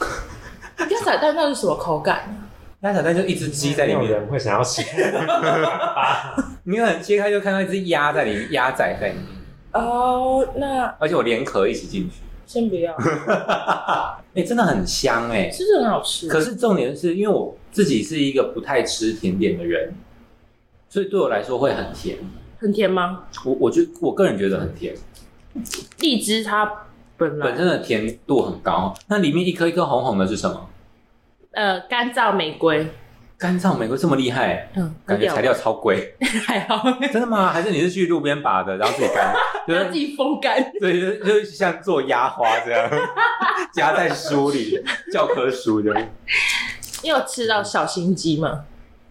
[SPEAKER 2] 鸭仔蛋那是什么口感？
[SPEAKER 1] 鸭仔蛋就一只鸡在里
[SPEAKER 4] 嗯没有
[SPEAKER 1] 面，
[SPEAKER 4] 人会想要吃。
[SPEAKER 1] 你可能切开就看到一只鸭在里面，鸭仔在里面，
[SPEAKER 2] 哦、那
[SPEAKER 1] 而且我连壳一起进去，
[SPEAKER 2] 先不要，
[SPEAKER 1] 哎、真的很香哎、
[SPEAKER 2] 其实很好吃。
[SPEAKER 1] 可是重点是因为我自己是一个不太吃甜点的人，所以对我来说会很甜。
[SPEAKER 2] 很甜吗？
[SPEAKER 1] 我我觉我个人觉得很甜，
[SPEAKER 2] 荔枝它
[SPEAKER 4] 啊
[SPEAKER 2] 本来
[SPEAKER 1] 本身的甜度很高。那里面一颗一颗红红的是什么？
[SPEAKER 2] 呃干燥玫瑰，
[SPEAKER 1] 干燥玫瑰这么厉害，
[SPEAKER 2] 嗯，
[SPEAKER 1] 感觉
[SPEAKER 2] 很
[SPEAKER 1] 材料超贵，
[SPEAKER 2] 屌还好，
[SPEAKER 1] 真的吗？还是你是去路边拔的，然后自己 干？就
[SPEAKER 2] 要自
[SPEAKER 1] 是
[SPEAKER 2] 己风干。
[SPEAKER 1] 对，就是就是像做压花这样，夹在书里，教科书这样。
[SPEAKER 2] 你有吃到小心机吗？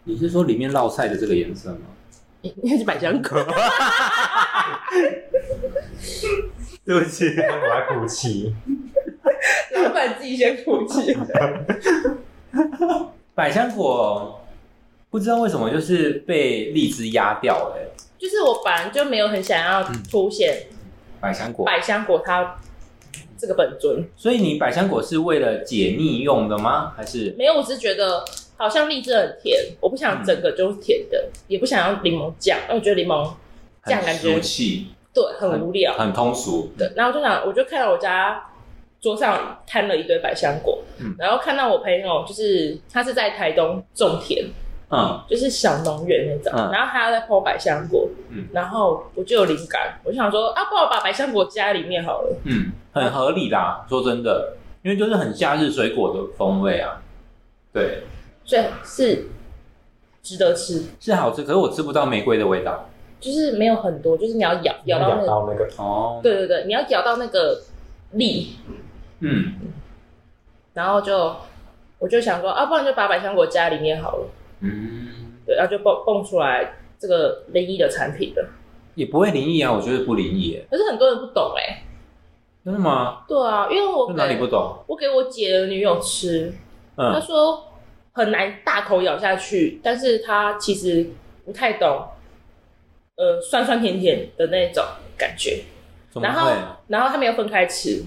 [SPEAKER 1] 你是说里面烙菜的这个颜色吗？
[SPEAKER 2] 你你是百香果，
[SPEAKER 1] 对不起，
[SPEAKER 4] 我在哭泣，
[SPEAKER 1] 嗯
[SPEAKER 2] 老板自己先哭泣。
[SPEAKER 1] 百香果不知道为什么就是被荔枝压掉了欸、
[SPEAKER 2] 就是我本来就没有很想要凸显
[SPEAKER 1] 嗯百香果，
[SPEAKER 2] 百香果它这个本尊，
[SPEAKER 1] 所以你百香果是为了解腻用的吗？还是
[SPEAKER 2] 没有，我只是觉得好像荔枝很甜，我不想整个就是甜的，也不想要柠檬酱，因为我觉得柠檬这样
[SPEAKER 1] 很
[SPEAKER 2] 感觉
[SPEAKER 1] 俗气，
[SPEAKER 2] 对很无聊。
[SPEAKER 1] 很通俗？
[SPEAKER 2] 对，然后就想，我就看到我家桌上摊了一堆百香果，
[SPEAKER 1] 嗯
[SPEAKER 2] 然后看到我朋友就是他是在台东种田，
[SPEAKER 1] 嗯，
[SPEAKER 2] 就是小农园那种，
[SPEAKER 1] 嗯
[SPEAKER 2] 然后他在剖百香果，
[SPEAKER 1] 嗯
[SPEAKER 2] 然后我就有灵感，我就想说啊，不然我把百香果加里面好了，
[SPEAKER 1] 嗯，很合理啦。说真的，因为就是很夏日水果的风味啊。对，
[SPEAKER 2] 所以是值得吃，
[SPEAKER 1] 是好吃，可是我吃不到玫瑰的味道。
[SPEAKER 2] 就是没有很多，就是你要咬咬到那
[SPEAKER 4] 咬
[SPEAKER 2] 个，
[SPEAKER 4] 到那个
[SPEAKER 1] 哦，
[SPEAKER 2] 对对对，你要咬到那个粒，
[SPEAKER 1] 嗯，
[SPEAKER 2] 然后就我就想说啊，不然就把百香果加里面好了，
[SPEAKER 1] 嗯，
[SPEAKER 2] 对，然后就蹦蹦出来这个灵异的产品了。
[SPEAKER 1] 也不会灵异啊，我觉得不灵异耶。
[SPEAKER 2] 可是很多人不懂哎、
[SPEAKER 1] 真的吗？
[SPEAKER 2] 对啊，因为我
[SPEAKER 1] 这
[SPEAKER 2] 给
[SPEAKER 1] 哪里不懂？
[SPEAKER 2] 我给我姐的女友吃，她
[SPEAKER 1] 嗯，
[SPEAKER 2] 说很难大口咬下去，但是她其实不太懂，呃，酸酸甜甜的那种感觉。
[SPEAKER 1] 怎么
[SPEAKER 2] 然后
[SPEAKER 1] 会？，啊
[SPEAKER 2] 然后他们又分开吃，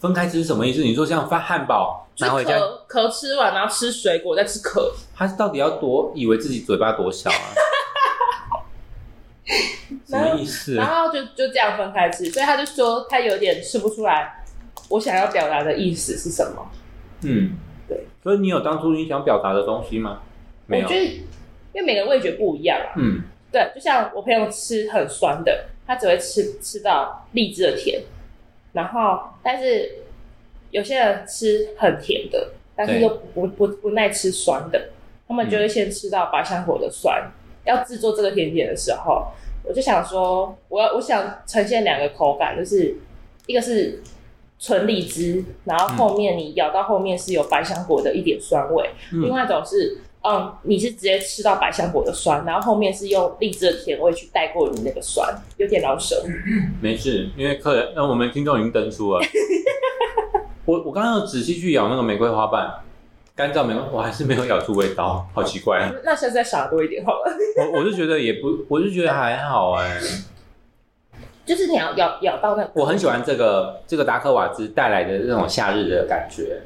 [SPEAKER 1] 分开吃是什么意思？你说像发汉堡
[SPEAKER 2] 就是
[SPEAKER 1] 拿回家，
[SPEAKER 2] 壳壳吃完，然后吃水果，再吃壳。
[SPEAKER 1] 他到底要多以为自己嘴巴多小啊？ 什么意思？
[SPEAKER 2] 然后就就这样分开吃，所以他就说他有点吃不出来我想要表达的意思是什么。
[SPEAKER 1] 嗯，
[SPEAKER 2] 对。
[SPEAKER 1] 所以你有当初你想表达的东西吗？没有
[SPEAKER 2] 我觉。得因为每个人味觉不一样啊，
[SPEAKER 1] 嗯，
[SPEAKER 2] 对，就像我朋友吃很酸的，他只会吃吃到荔枝的甜，然后但是有些人吃很甜的，但是
[SPEAKER 1] 对
[SPEAKER 2] 又不不不耐吃酸的，他们就会先吃到百香果的酸。要制作这个甜点的时候，我就想说，我要我想呈现两个口感，就是一个是纯荔枝，然后后面你咬到后面是有百香果的一点酸味，
[SPEAKER 1] 嗯
[SPEAKER 2] 另外一种是。嗯，你是直接吃到百香果的酸，然后后面是用荔枝的甜味去带过你那个酸，有点老舌。
[SPEAKER 1] 没事，因为客人，呃那、我们听众已经登出 了。我我刚刚有仔细去咬那个玫瑰花瓣，干燥玫瑰，我还是没有咬出味道，好奇怪、啊。
[SPEAKER 2] 那下次再撒多一点好了。
[SPEAKER 1] 我我是觉得也不，我是觉得还好哎、
[SPEAKER 2] 就是你要咬咬到那个，
[SPEAKER 1] 我很喜欢这个这个达克瓦兹带来的那种夏日的感觉，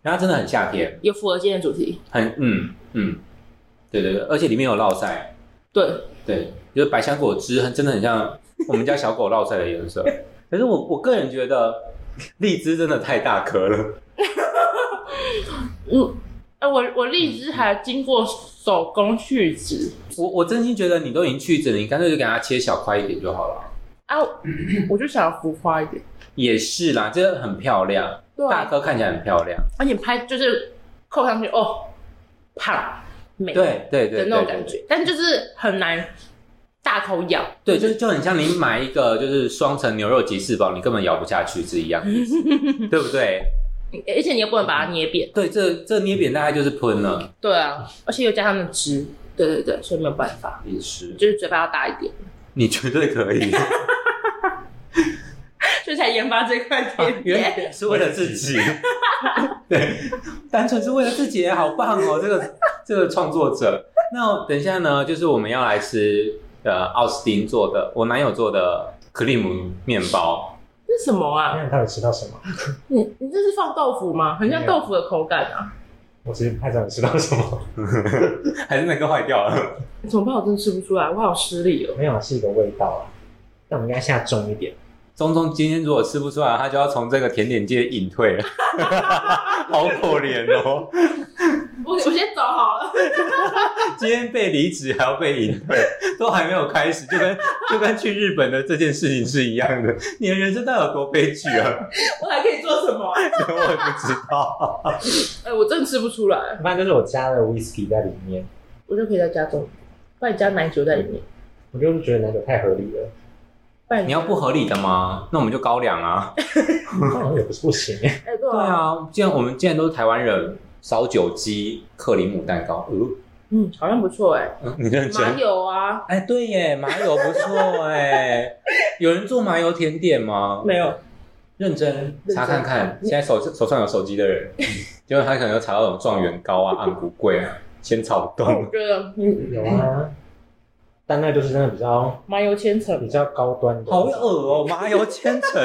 [SPEAKER 1] 然后它真的很夏天，
[SPEAKER 2] 有符合今天的主题。
[SPEAKER 1] 很嗯嗯，对对对，而且里面有烙菜，
[SPEAKER 2] 对，
[SPEAKER 1] 对，就是百香果汁，很真的很像我们家小狗烙菜的颜色。可是我我个人觉得荔枝真的太大颗了，
[SPEAKER 2] 嗯，啊，我我荔枝还经过手工去籽
[SPEAKER 1] 我我真心觉得你都已经去籽了，你干脆就给它切小块一点就好了。
[SPEAKER 2] 啊，我就想要浮夸一点。
[SPEAKER 1] 也是啦，这很漂亮，
[SPEAKER 2] 对
[SPEAKER 1] 大
[SPEAKER 2] 啊，
[SPEAKER 1] 颗看起来很漂亮。
[SPEAKER 2] 而且拍就是扣上去哦，胖，美的
[SPEAKER 1] 对对对，
[SPEAKER 2] 那种
[SPEAKER 1] 对
[SPEAKER 2] 感。觉，但就是很难大口咬。
[SPEAKER 1] 对，就是就很像你买一个就是双层牛肉吉士堡，你根本咬不下去是一样的意思，对不对？
[SPEAKER 2] 而且你也不能把它捏扁，
[SPEAKER 1] 对，这这捏扁大概就是喷了，
[SPEAKER 2] 对啊，而且又加上那汁，对对对，所以没有办法，
[SPEAKER 1] 也是，
[SPEAKER 2] 就是嘴巴要大一点，
[SPEAKER 1] 你绝对可以，
[SPEAKER 2] 所以才研发这块甜点。
[SPEAKER 1] 原是为了自己， 对，单纯是为了自己，好棒哦！这个这个创作者。那等一下呢，就是我们要来吃呃奥斯汀做的，我男友做的克里姆面包，
[SPEAKER 2] 这是什么啊？
[SPEAKER 4] 看他有吃到什么，
[SPEAKER 2] 你你这是放豆腐吗？很像豆腐的口感啊！
[SPEAKER 4] 我其实不太知道你吃到什么。
[SPEAKER 1] 还是那个坏掉了。
[SPEAKER 2] 哎怎么办？我真的吃不出来，我好失礼哦。
[SPEAKER 4] 没有，是一个味道啊。但我们应该下重一点，
[SPEAKER 1] 中中今天如果吃不出来，他就要从这个甜点界隐退 了，好可怜哦！
[SPEAKER 2] 我我先走好了。
[SPEAKER 1] 今天被离职还要被隐 退，都还没有开始，就跟就跟去日本的这件事情是一样的。你的人生到底有多悲剧 啊？
[SPEAKER 2] 我还可以做什么啊？
[SPEAKER 1] 我也不知道。
[SPEAKER 2] 哎、我真的吃不出来，
[SPEAKER 4] 反正就是我加了 whisky 在里面，
[SPEAKER 2] 我就可以再加重，不然你加奶酒在里面。
[SPEAKER 4] 我就是觉得奶酒太合理了，
[SPEAKER 2] 不然
[SPEAKER 1] 你要不合理的吗？那我们就高粱啊。
[SPEAKER 4] 好像也不是 不行。
[SPEAKER 2] 哎、对
[SPEAKER 1] 对
[SPEAKER 2] 啊，
[SPEAKER 1] 啊，既然我们既然都是台湾人，烧酒鸡、克里姆蛋糕，呃，
[SPEAKER 2] 嗯，好像不错哎、
[SPEAKER 1] 你认
[SPEAKER 2] 麻
[SPEAKER 1] 真？
[SPEAKER 2] 油啊，
[SPEAKER 1] 哎，对耶，麻油不错哎。有人做麻油甜点吗？
[SPEAKER 2] 没有，
[SPEAKER 1] 认真
[SPEAKER 2] 真
[SPEAKER 1] 查看看，现在手手上有手机的 人，结果他可能有查到那种状元糕 啊、暗骨桂啊、仙草
[SPEAKER 2] 我
[SPEAKER 1] 冻。
[SPEAKER 2] 觉得嗯，
[SPEAKER 4] 有啊，但那就是真的比较
[SPEAKER 2] 麻油千层
[SPEAKER 4] 比较高端的，
[SPEAKER 1] 好恶哦， 麻油千层。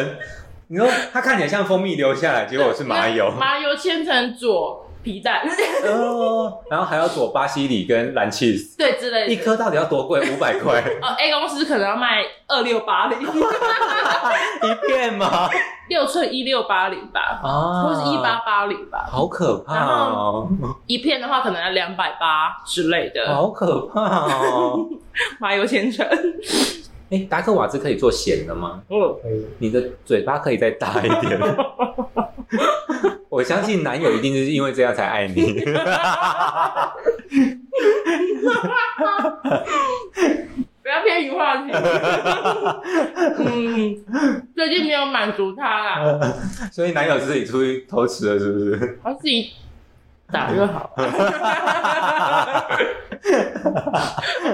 [SPEAKER 1] 你说它看起来像蜂蜜流下来，结果是 麻油。
[SPEAKER 2] 麻油千层佐皮蛋，
[SPEAKER 1] 哦， 然后还要佐巴西里跟蓝 cheese，
[SPEAKER 2] 对之类的。
[SPEAKER 1] 一颗到底要多贵？五百块
[SPEAKER 2] 哦，A 公司可能要卖二六八零，
[SPEAKER 1] 一片吗？
[SPEAKER 2] 六寸一六八零吧，
[SPEAKER 1] 啊
[SPEAKER 2] 或是一八，八零吧。
[SPEAKER 1] 好可怕哦，
[SPEAKER 2] 一片的话可能要两百八之类的，
[SPEAKER 1] 好可怕 哦。
[SPEAKER 2] 麻油千层。
[SPEAKER 1] 哎，达克瓦兹可以做咸的吗？
[SPEAKER 2] 嗯，
[SPEAKER 4] 可以。
[SPEAKER 1] 你的嘴巴可以再大一 点。我相信男友一定是因为这样才爱 你。
[SPEAKER 2] 不要偏移话 题。嗯，最近没有满足他
[SPEAKER 1] 嗯
[SPEAKER 2] 啦，
[SPEAKER 1] 所以男友自己出去偷吃了，是不 是？
[SPEAKER 2] 他自己打就好。 我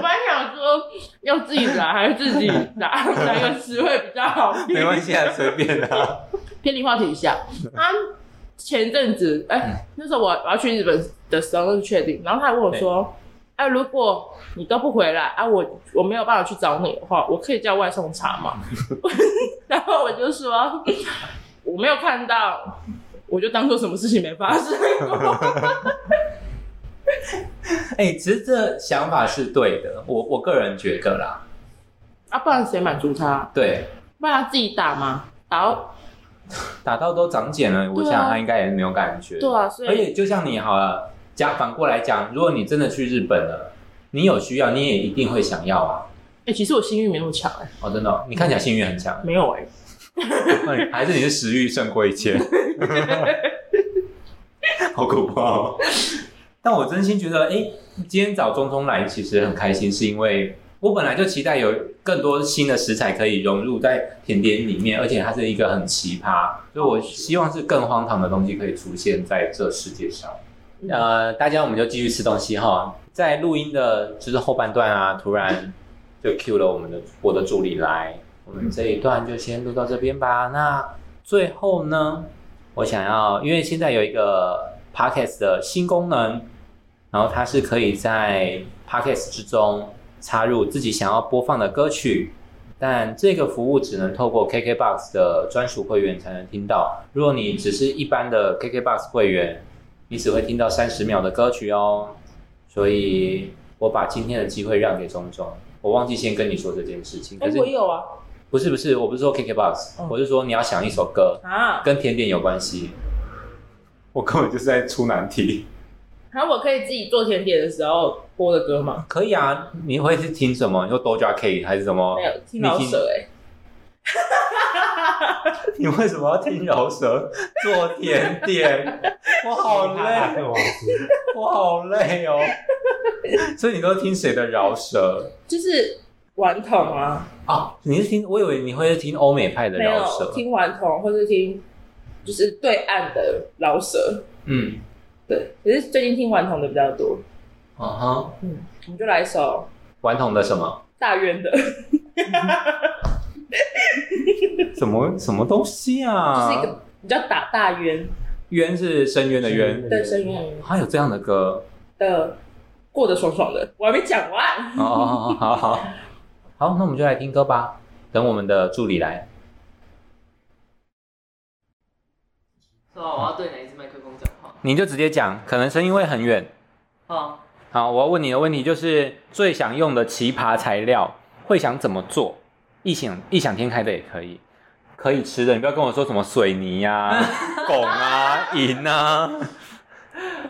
[SPEAKER 2] 本来想说要自己打还是自己打，哪个词汇比较好？
[SPEAKER 1] 没关系啊，随便啊。
[SPEAKER 2] 偏离话题一下，
[SPEAKER 1] 嗯
[SPEAKER 2] 他前阵子，哎、那时候我我要去日本的时候是确定，然后他还问我说，哎、如果你都不回来啊，我我没有办法去找你的话，我可以叫外送茶 吗？然后我就说我没有看到，我就当做什么事情没发生 过。
[SPEAKER 1] 哎、其实这想法是对的，我我个人觉得啦，
[SPEAKER 2] 啊，不然谁满足他？
[SPEAKER 1] 对，
[SPEAKER 2] 不然他自己打吗？打到
[SPEAKER 1] 打到都长茧了，我
[SPEAKER 2] 对啊
[SPEAKER 1] 想他应该也没有感觉。
[SPEAKER 2] 对啊，所
[SPEAKER 1] 而
[SPEAKER 2] 以
[SPEAKER 1] 且就像你好了，讲反过来讲，如果你真的去日本了，你有需要，你也一定会想要啊。
[SPEAKER 2] 哎、其实我性欲没那么强哎、
[SPEAKER 1] 哦，真的哦、你看起来性欲很强，
[SPEAKER 2] 没有哎、
[SPEAKER 1] 还是你是食欲胜过一 切，好可怕、哦。但我真心觉得，哎、今天找中通来其实很开心，是因为我本来就期待有更多新的食材可以融入在甜点里面，而且它是一个很奇葩，所以我希望是更荒唐的东西可以出现在这世界上。呃，大家我们就继续吃东西哈。在录音的就是后半段啊，突然就 Q 了我们的我的助理来，我们这一段就先录到这边吧。那最后呢，我想要，因为现在有一个 Podcast 的新功能，然后它是可以在 Podcast 之中插入自己想要播放的歌曲，但这个服务只能透过 KKBox 的专属会员才能听到。如果你只是一般的 KKBox 会员，你只会听到三十秒的歌曲哦。所以我把今天的机会让给钟钟，我忘记先跟你说这件事情。
[SPEAKER 2] 哎、
[SPEAKER 1] 可是
[SPEAKER 2] 我有啊
[SPEAKER 1] 不是不是，我不是说 KKBox，、
[SPEAKER 2] 嗯
[SPEAKER 1] 我是说你要想一首歌，
[SPEAKER 2] 啊，
[SPEAKER 1] 跟甜点有关系。我根本就是在出难题。
[SPEAKER 2] 然后我可以自己做甜点的时候播的歌吗？
[SPEAKER 1] 可以啊，你会是听什么？你说 Doja Cat 还是什么
[SPEAKER 2] 没？有听老舍哎、
[SPEAKER 1] 你为什么要听饶舌做 甜点？我好
[SPEAKER 4] 怕
[SPEAKER 1] 累，
[SPEAKER 4] 克王斯，
[SPEAKER 1] 我好累哦。所以你都听谁的饶舌？
[SPEAKER 2] 就是顽童啊，
[SPEAKER 1] 哦，你是听？我以为你会听欧美派的
[SPEAKER 2] 没
[SPEAKER 1] 饶
[SPEAKER 2] 有
[SPEAKER 1] 舌。
[SPEAKER 2] 听顽童，或是听就是对岸的饶舌，
[SPEAKER 1] 嗯，
[SPEAKER 2] 对。可是最近听顽童的比较多，
[SPEAKER 1] 啊哈，
[SPEAKER 2] 我们就来一首
[SPEAKER 1] 顽童的什么？
[SPEAKER 2] 大渊的，
[SPEAKER 1] 什么什么东西啊？
[SPEAKER 2] 就是一个比较打大渊
[SPEAKER 1] 冤是深渊的冤，
[SPEAKER 2] 的声音
[SPEAKER 1] 还有这样的歌
[SPEAKER 2] 的，过得爽爽的。我还没讲完，
[SPEAKER 1] 哦哦，好好好，那我们就来听歌吧。等我们的助理来，
[SPEAKER 5] 是吧？我要对哪一支麦克风讲话？
[SPEAKER 1] 你就直接讲，可能声音会很远。
[SPEAKER 5] 好，
[SPEAKER 1] 好，我要问你的问题就是最想用的奇葩材料，会想怎么做？异想异想天开的也可以，可以吃的，你不要跟我说什么水泥呀、汞啊、银啊，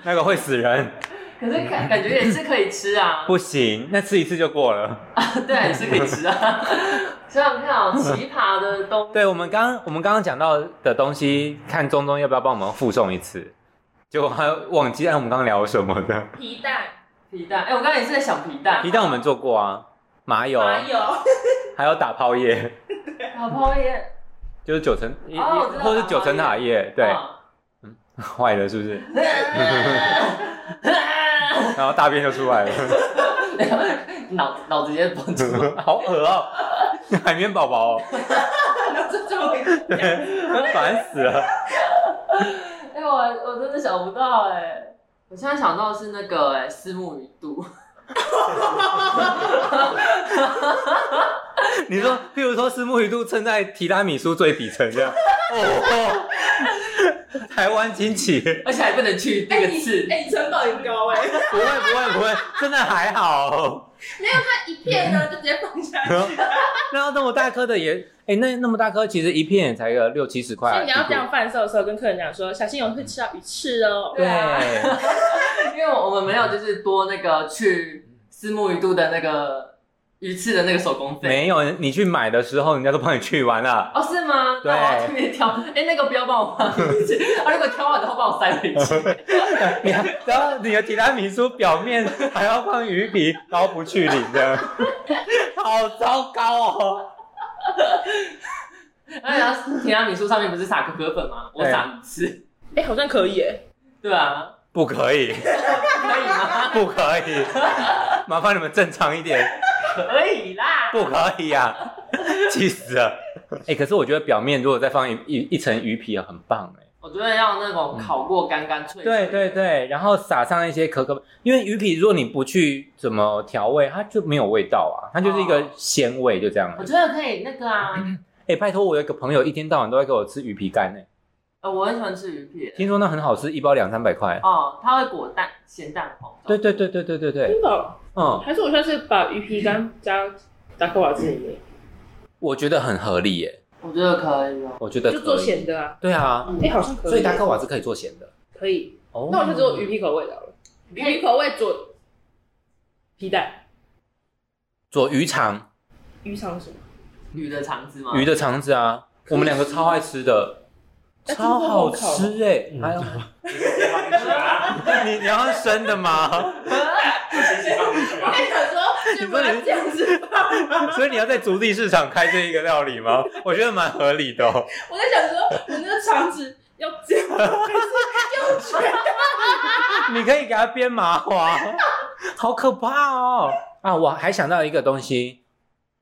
[SPEAKER 1] 那个会死人，
[SPEAKER 5] 可是感感觉也是可以吃啊，
[SPEAKER 1] 不行，那吃一次就过了。
[SPEAKER 5] 对啊，也是可以吃啊。 想想看哦，奇葩的东西，
[SPEAKER 1] 对，我们刚我们刚刚讲到的东西，看中中要不要帮我们附送一次？结果他忘记，哎，我们刚刚聊什么的？
[SPEAKER 2] 皮蛋、
[SPEAKER 5] 皮蛋。哎，我刚才也是在想皮蛋，
[SPEAKER 1] 皮蛋我们做过啊，麻
[SPEAKER 5] 哦
[SPEAKER 1] 油，
[SPEAKER 2] 麻油、
[SPEAKER 1] 还有打泡叶，
[SPEAKER 5] 好泡耶。
[SPEAKER 1] 就是九层，一
[SPEAKER 5] 哦我知道
[SPEAKER 1] 或是
[SPEAKER 5] 打泡
[SPEAKER 1] 九层塔叶，对，
[SPEAKER 5] 啊
[SPEAKER 1] 坏了是不是？然后大便就出 来了，
[SPEAKER 5] 脑脑子直接蹦出来。
[SPEAKER 1] 好恶哦、海绵宝宝哦，
[SPEAKER 2] 这种
[SPEAKER 1] 烦死了。
[SPEAKER 5] 哎，我我真的想不到哎。我现在想到的是那个哎，丝木鱼 肚，
[SPEAKER 1] 你说，譬如说，是木鱼肚撑在提拉米苏最底层这样，哦， 台湾惊奇，
[SPEAKER 5] 而且还不能去那
[SPEAKER 2] 哎
[SPEAKER 5] 个
[SPEAKER 2] 你
[SPEAKER 5] 刺，
[SPEAKER 2] 哎，你成本很高哎，
[SPEAKER 1] 不会不会不会，真的还好。
[SPEAKER 2] 它一片呢就直接放 下去，
[SPEAKER 1] 那要那么大颗的也，哎、那那么大颗其实一片也才个六七十块、
[SPEAKER 2] 所
[SPEAKER 1] 啊。
[SPEAKER 2] 以你要
[SPEAKER 1] 一
[SPEAKER 2] 这
[SPEAKER 1] 片
[SPEAKER 2] 样贩售的时候，跟客人讲说，小心有人会吃到鱼翅哦。
[SPEAKER 5] 对啊哎因为我们没有就是多那个去私募鱼肚的那个鱼刺的那个手工
[SPEAKER 1] 对，
[SPEAKER 5] 费。
[SPEAKER 1] 没有你去买的时候，人家都帮你去完了。
[SPEAKER 5] 哦，是吗？
[SPEAKER 1] 对
[SPEAKER 5] 那我要去面挑。哎、那个不要帮我放回去， 啊，如果挑完的话帮我塞回去。
[SPEAKER 1] 你还然后你的提拉米苏表面还要放鱼皮，然后不去领的，好糟糕哦！
[SPEAKER 5] 然后提拉米苏上面不是撒可可粉吗？我撒一次，
[SPEAKER 2] 哎，好像可以哎，
[SPEAKER 5] 对吧、
[SPEAKER 1] 不可 以，
[SPEAKER 5] 可以 吗？
[SPEAKER 1] 不可以，麻烦你们正常一点，
[SPEAKER 5] 可以啦。
[SPEAKER 1] 不可以啊！气死了！哎、可是我觉得表面如果再放一一一层鱼皮，很棒哎、
[SPEAKER 5] 我觉得要那种烤过干干脆脆。
[SPEAKER 1] 对对对，然后撒上一些可可，因为鱼皮如果你不去怎么调味，它就没有味道啊，它
[SPEAKER 2] 哦
[SPEAKER 1] 就是一个鲜味，就这样了
[SPEAKER 5] 我。觉得可以那个 啊，
[SPEAKER 1] 哎、拜托，我有一个朋友一天到晚都在给我吃鱼皮干呢、
[SPEAKER 5] 呃，我很喜欢吃鱼片。
[SPEAKER 1] 听说那很好吃，一包两三百块。
[SPEAKER 5] 哦，它会裹蛋咸蛋黄。
[SPEAKER 1] 对对对对对对对，
[SPEAKER 2] 真的？哦
[SPEAKER 1] 嗯，
[SPEAKER 2] 还是我下次把鱼皮干加达克瓦兹里面，
[SPEAKER 1] 我觉得很合理耶、
[SPEAKER 5] 我觉得可以哦。
[SPEAKER 1] 我觉得
[SPEAKER 2] 就做
[SPEAKER 1] 可以。
[SPEAKER 2] 咸的啊。
[SPEAKER 1] 对啊，
[SPEAKER 2] 哎，好像可以。
[SPEAKER 1] 所以达克瓦是可以做咸的。
[SPEAKER 2] 可以，
[SPEAKER 1] 哦
[SPEAKER 2] 那我就做鱼皮口味的好了。鱼皮口味做皮蛋，
[SPEAKER 1] 做鱼肠，
[SPEAKER 2] 鱼肠是什么？
[SPEAKER 5] 鱼的肠子吗？
[SPEAKER 1] 鱼的肠子啊，我们两个超爱吃的，
[SPEAKER 2] 那哎听
[SPEAKER 1] 超好
[SPEAKER 2] 说好哦烤
[SPEAKER 1] 吃哎、还有， 你你要生的吗？
[SPEAKER 2] 我跟你讲说，就不要这样子 放。
[SPEAKER 1] 所以你要在足地市场开这一个料理 吗？我觉得蛮合理的、哦。
[SPEAKER 2] 我在想说，我那个肠子要这样，还是要卷？
[SPEAKER 1] 你可以给它编麻花，好可怕哦！啊，我还想到一个东西，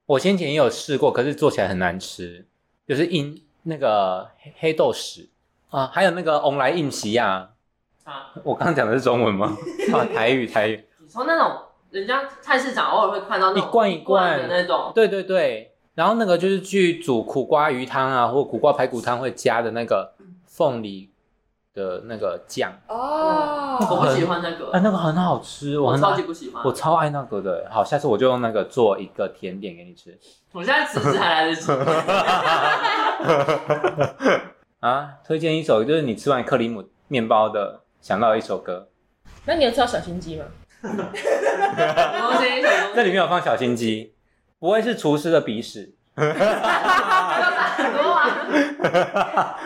[SPEAKER 1] 我先前也有试过，可是做起来很难吃，就是印那个黑黑豆豉啊，还有那个翁来印皮呀。
[SPEAKER 5] 啊，
[SPEAKER 1] 我刚刚讲的是中文吗？ 啊，台语台语，
[SPEAKER 5] 你说那种人家菜市场偶尔会看到那种
[SPEAKER 1] 一罐一
[SPEAKER 5] 一罐
[SPEAKER 1] 罐
[SPEAKER 5] 的那种，
[SPEAKER 1] 对对对。然后那个就是去煮苦瓜鱼汤啊，或苦瓜排骨汤会加的那个凤梨的那个酱
[SPEAKER 5] 我不
[SPEAKER 2] 哦，
[SPEAKER 5] 喜欢那个。
[SPEAKER 1] 啊，那个很好吃，我
[SPEAKER 5] 我
[SPEAKER 1] 很
[SPEAKER 5] 超级不喜欢。
[SPEAKER 1] 我
[SPEAKER 5] 我
[SPEAKER 1] 超爱那个的，好，下次我就用那个做一个甜点给你吃
[SPEAKER 5] 现在辞职还来得及。
[SPEAKER 1] 啊！推荐一首，就是你吃完克里姆面包的，想到一首歌，
[SPEAKER 2] 那你有吃到小心机吗？
[SPEAKER 5] 什么东西？什么东西
[SPEAKER 1] 这里面有放小心机，不会是厨师的鼻屎，
[SPEAKER 5] 不要打很多啊！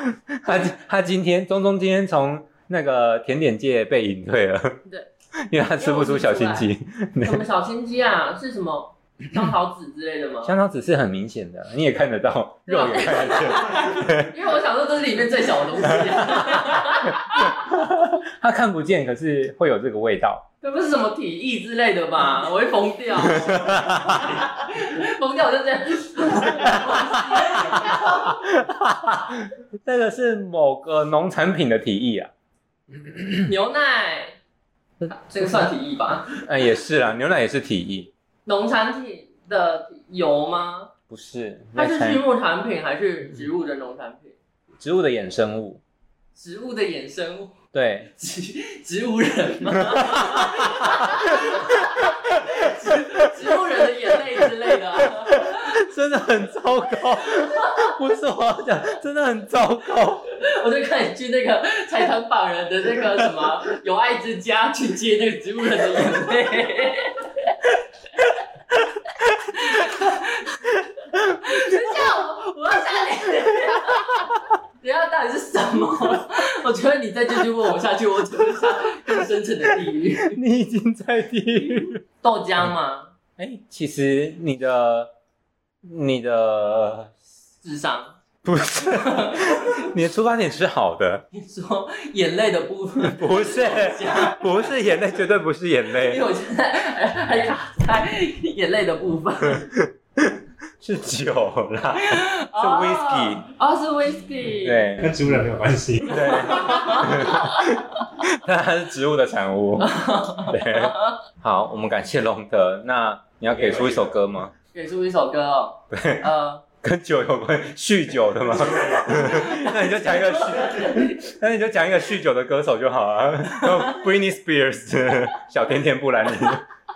[SPEAKER 1] 他他今天中中今天从那个甜点界被隐退了，
[SPEAKER 2] 对，
[SPEAKER 1] 因为他吃不出小心机。
[SPEAKER 5] 什么小心机啊？是什么香草籽之类的吗？
[SPEAKER 1] 香肠只是很明显的，你也看得到，肉也看得见，
[SPEAKER 5] 因为我想说这是里面最小的东西、
[SPEAKER 1] 他看不见，可是会有这个味道。
[SPEAKER 5] 这不是什么体液之类的吧？我会疯掉，疯掉我就这样。
[SPEAKER 1] 这个是某个农产品的提议啊，
[SPEAKER 5] 牛奶，这个算体液吧？
[SPEAKER 1] 嗯，也是啦，牛奶也是提议，
[SPEAKER 5] 农产品的油吗？
[SPEAKER 1] 不是？
[SPEAKER 5] 它
[SPEAKER 1] 那
[SPEAKER 5] 是
[SPEAKER 1] 才
[SPEAKER 5] 畜牧产品还是植物的农产品？
[SPEAKER 1] 植物的衍生物，
[SPEAKER 5] 植物的衍生物，
[SPEAKER 1] 对，
[SPEAKER 5] 植植物人吗？植植物人的眼泪之类的啊、
[SPEAKER 1] 真的很糟糕， 不是我要讲，真的很糟糕。
[SPEAKER 5] 我就看你去那个财团法人的那个什么有爱之家去接那个植物人的眼泪。等一下，我我要下脸。等一下到底是什么？我觉得你再继续问我下去，我只会下更深层的地狱。
[SPEAKER 1] 你已经在地狱了。
[SPEAKER 5] 豆浆吗？
[SPEAKER 1] 哎、其实你的你的
[SPEAKER 5] 智商？
[SPEAKER 1] 不是你的出发点是好的，
[SPEAKER 5] 你说眼泪的部分？
[SPEAKER 1] 不 是不是眼泪，绝对不是眼
[SPEAKER 5] 因
[SPEAKER 1] 泪
[SPEAKER 5] 为，我现在还还卡在眼泪的部分。
[SPEAKER 1] 是酒 啦，
[SPEAKER 5] 是
[SPEAKER 1] whisky
[SPEAKER 5] 哦，是 whisky。。
[SPEAKER 1] 对
[SPEAKER 4] 跟植物人没有关系。
[SPEAKER 1] 对， 但它是植物的产物。对，好，我们感谢龙德。那你要给出一首歌吗？
[SPEAKER 5] 给出一首歌哦，对，呃，
[SPEAKER 1] 跟酒有关，酗酒的吗？ 那你就讲一个酗，那你就讲一个酗酒的歌手就好啊。然后 Britney Spears，小甜甜布兰妮。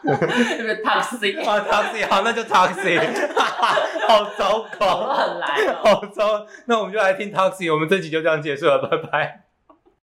[SPEAKER 5] 特别 toxic，
[SPEAKER 1] 啊，Taxi，好，那就 Taxi，好糟
[SPEAKER 5] 我
[SPEAKER 1] 糕，
[SPEAKER 5] 很来哦。
[SPEAKER 1] 好糟。那我们就来听 Taxi，我们这集就这样结束了，拜拜。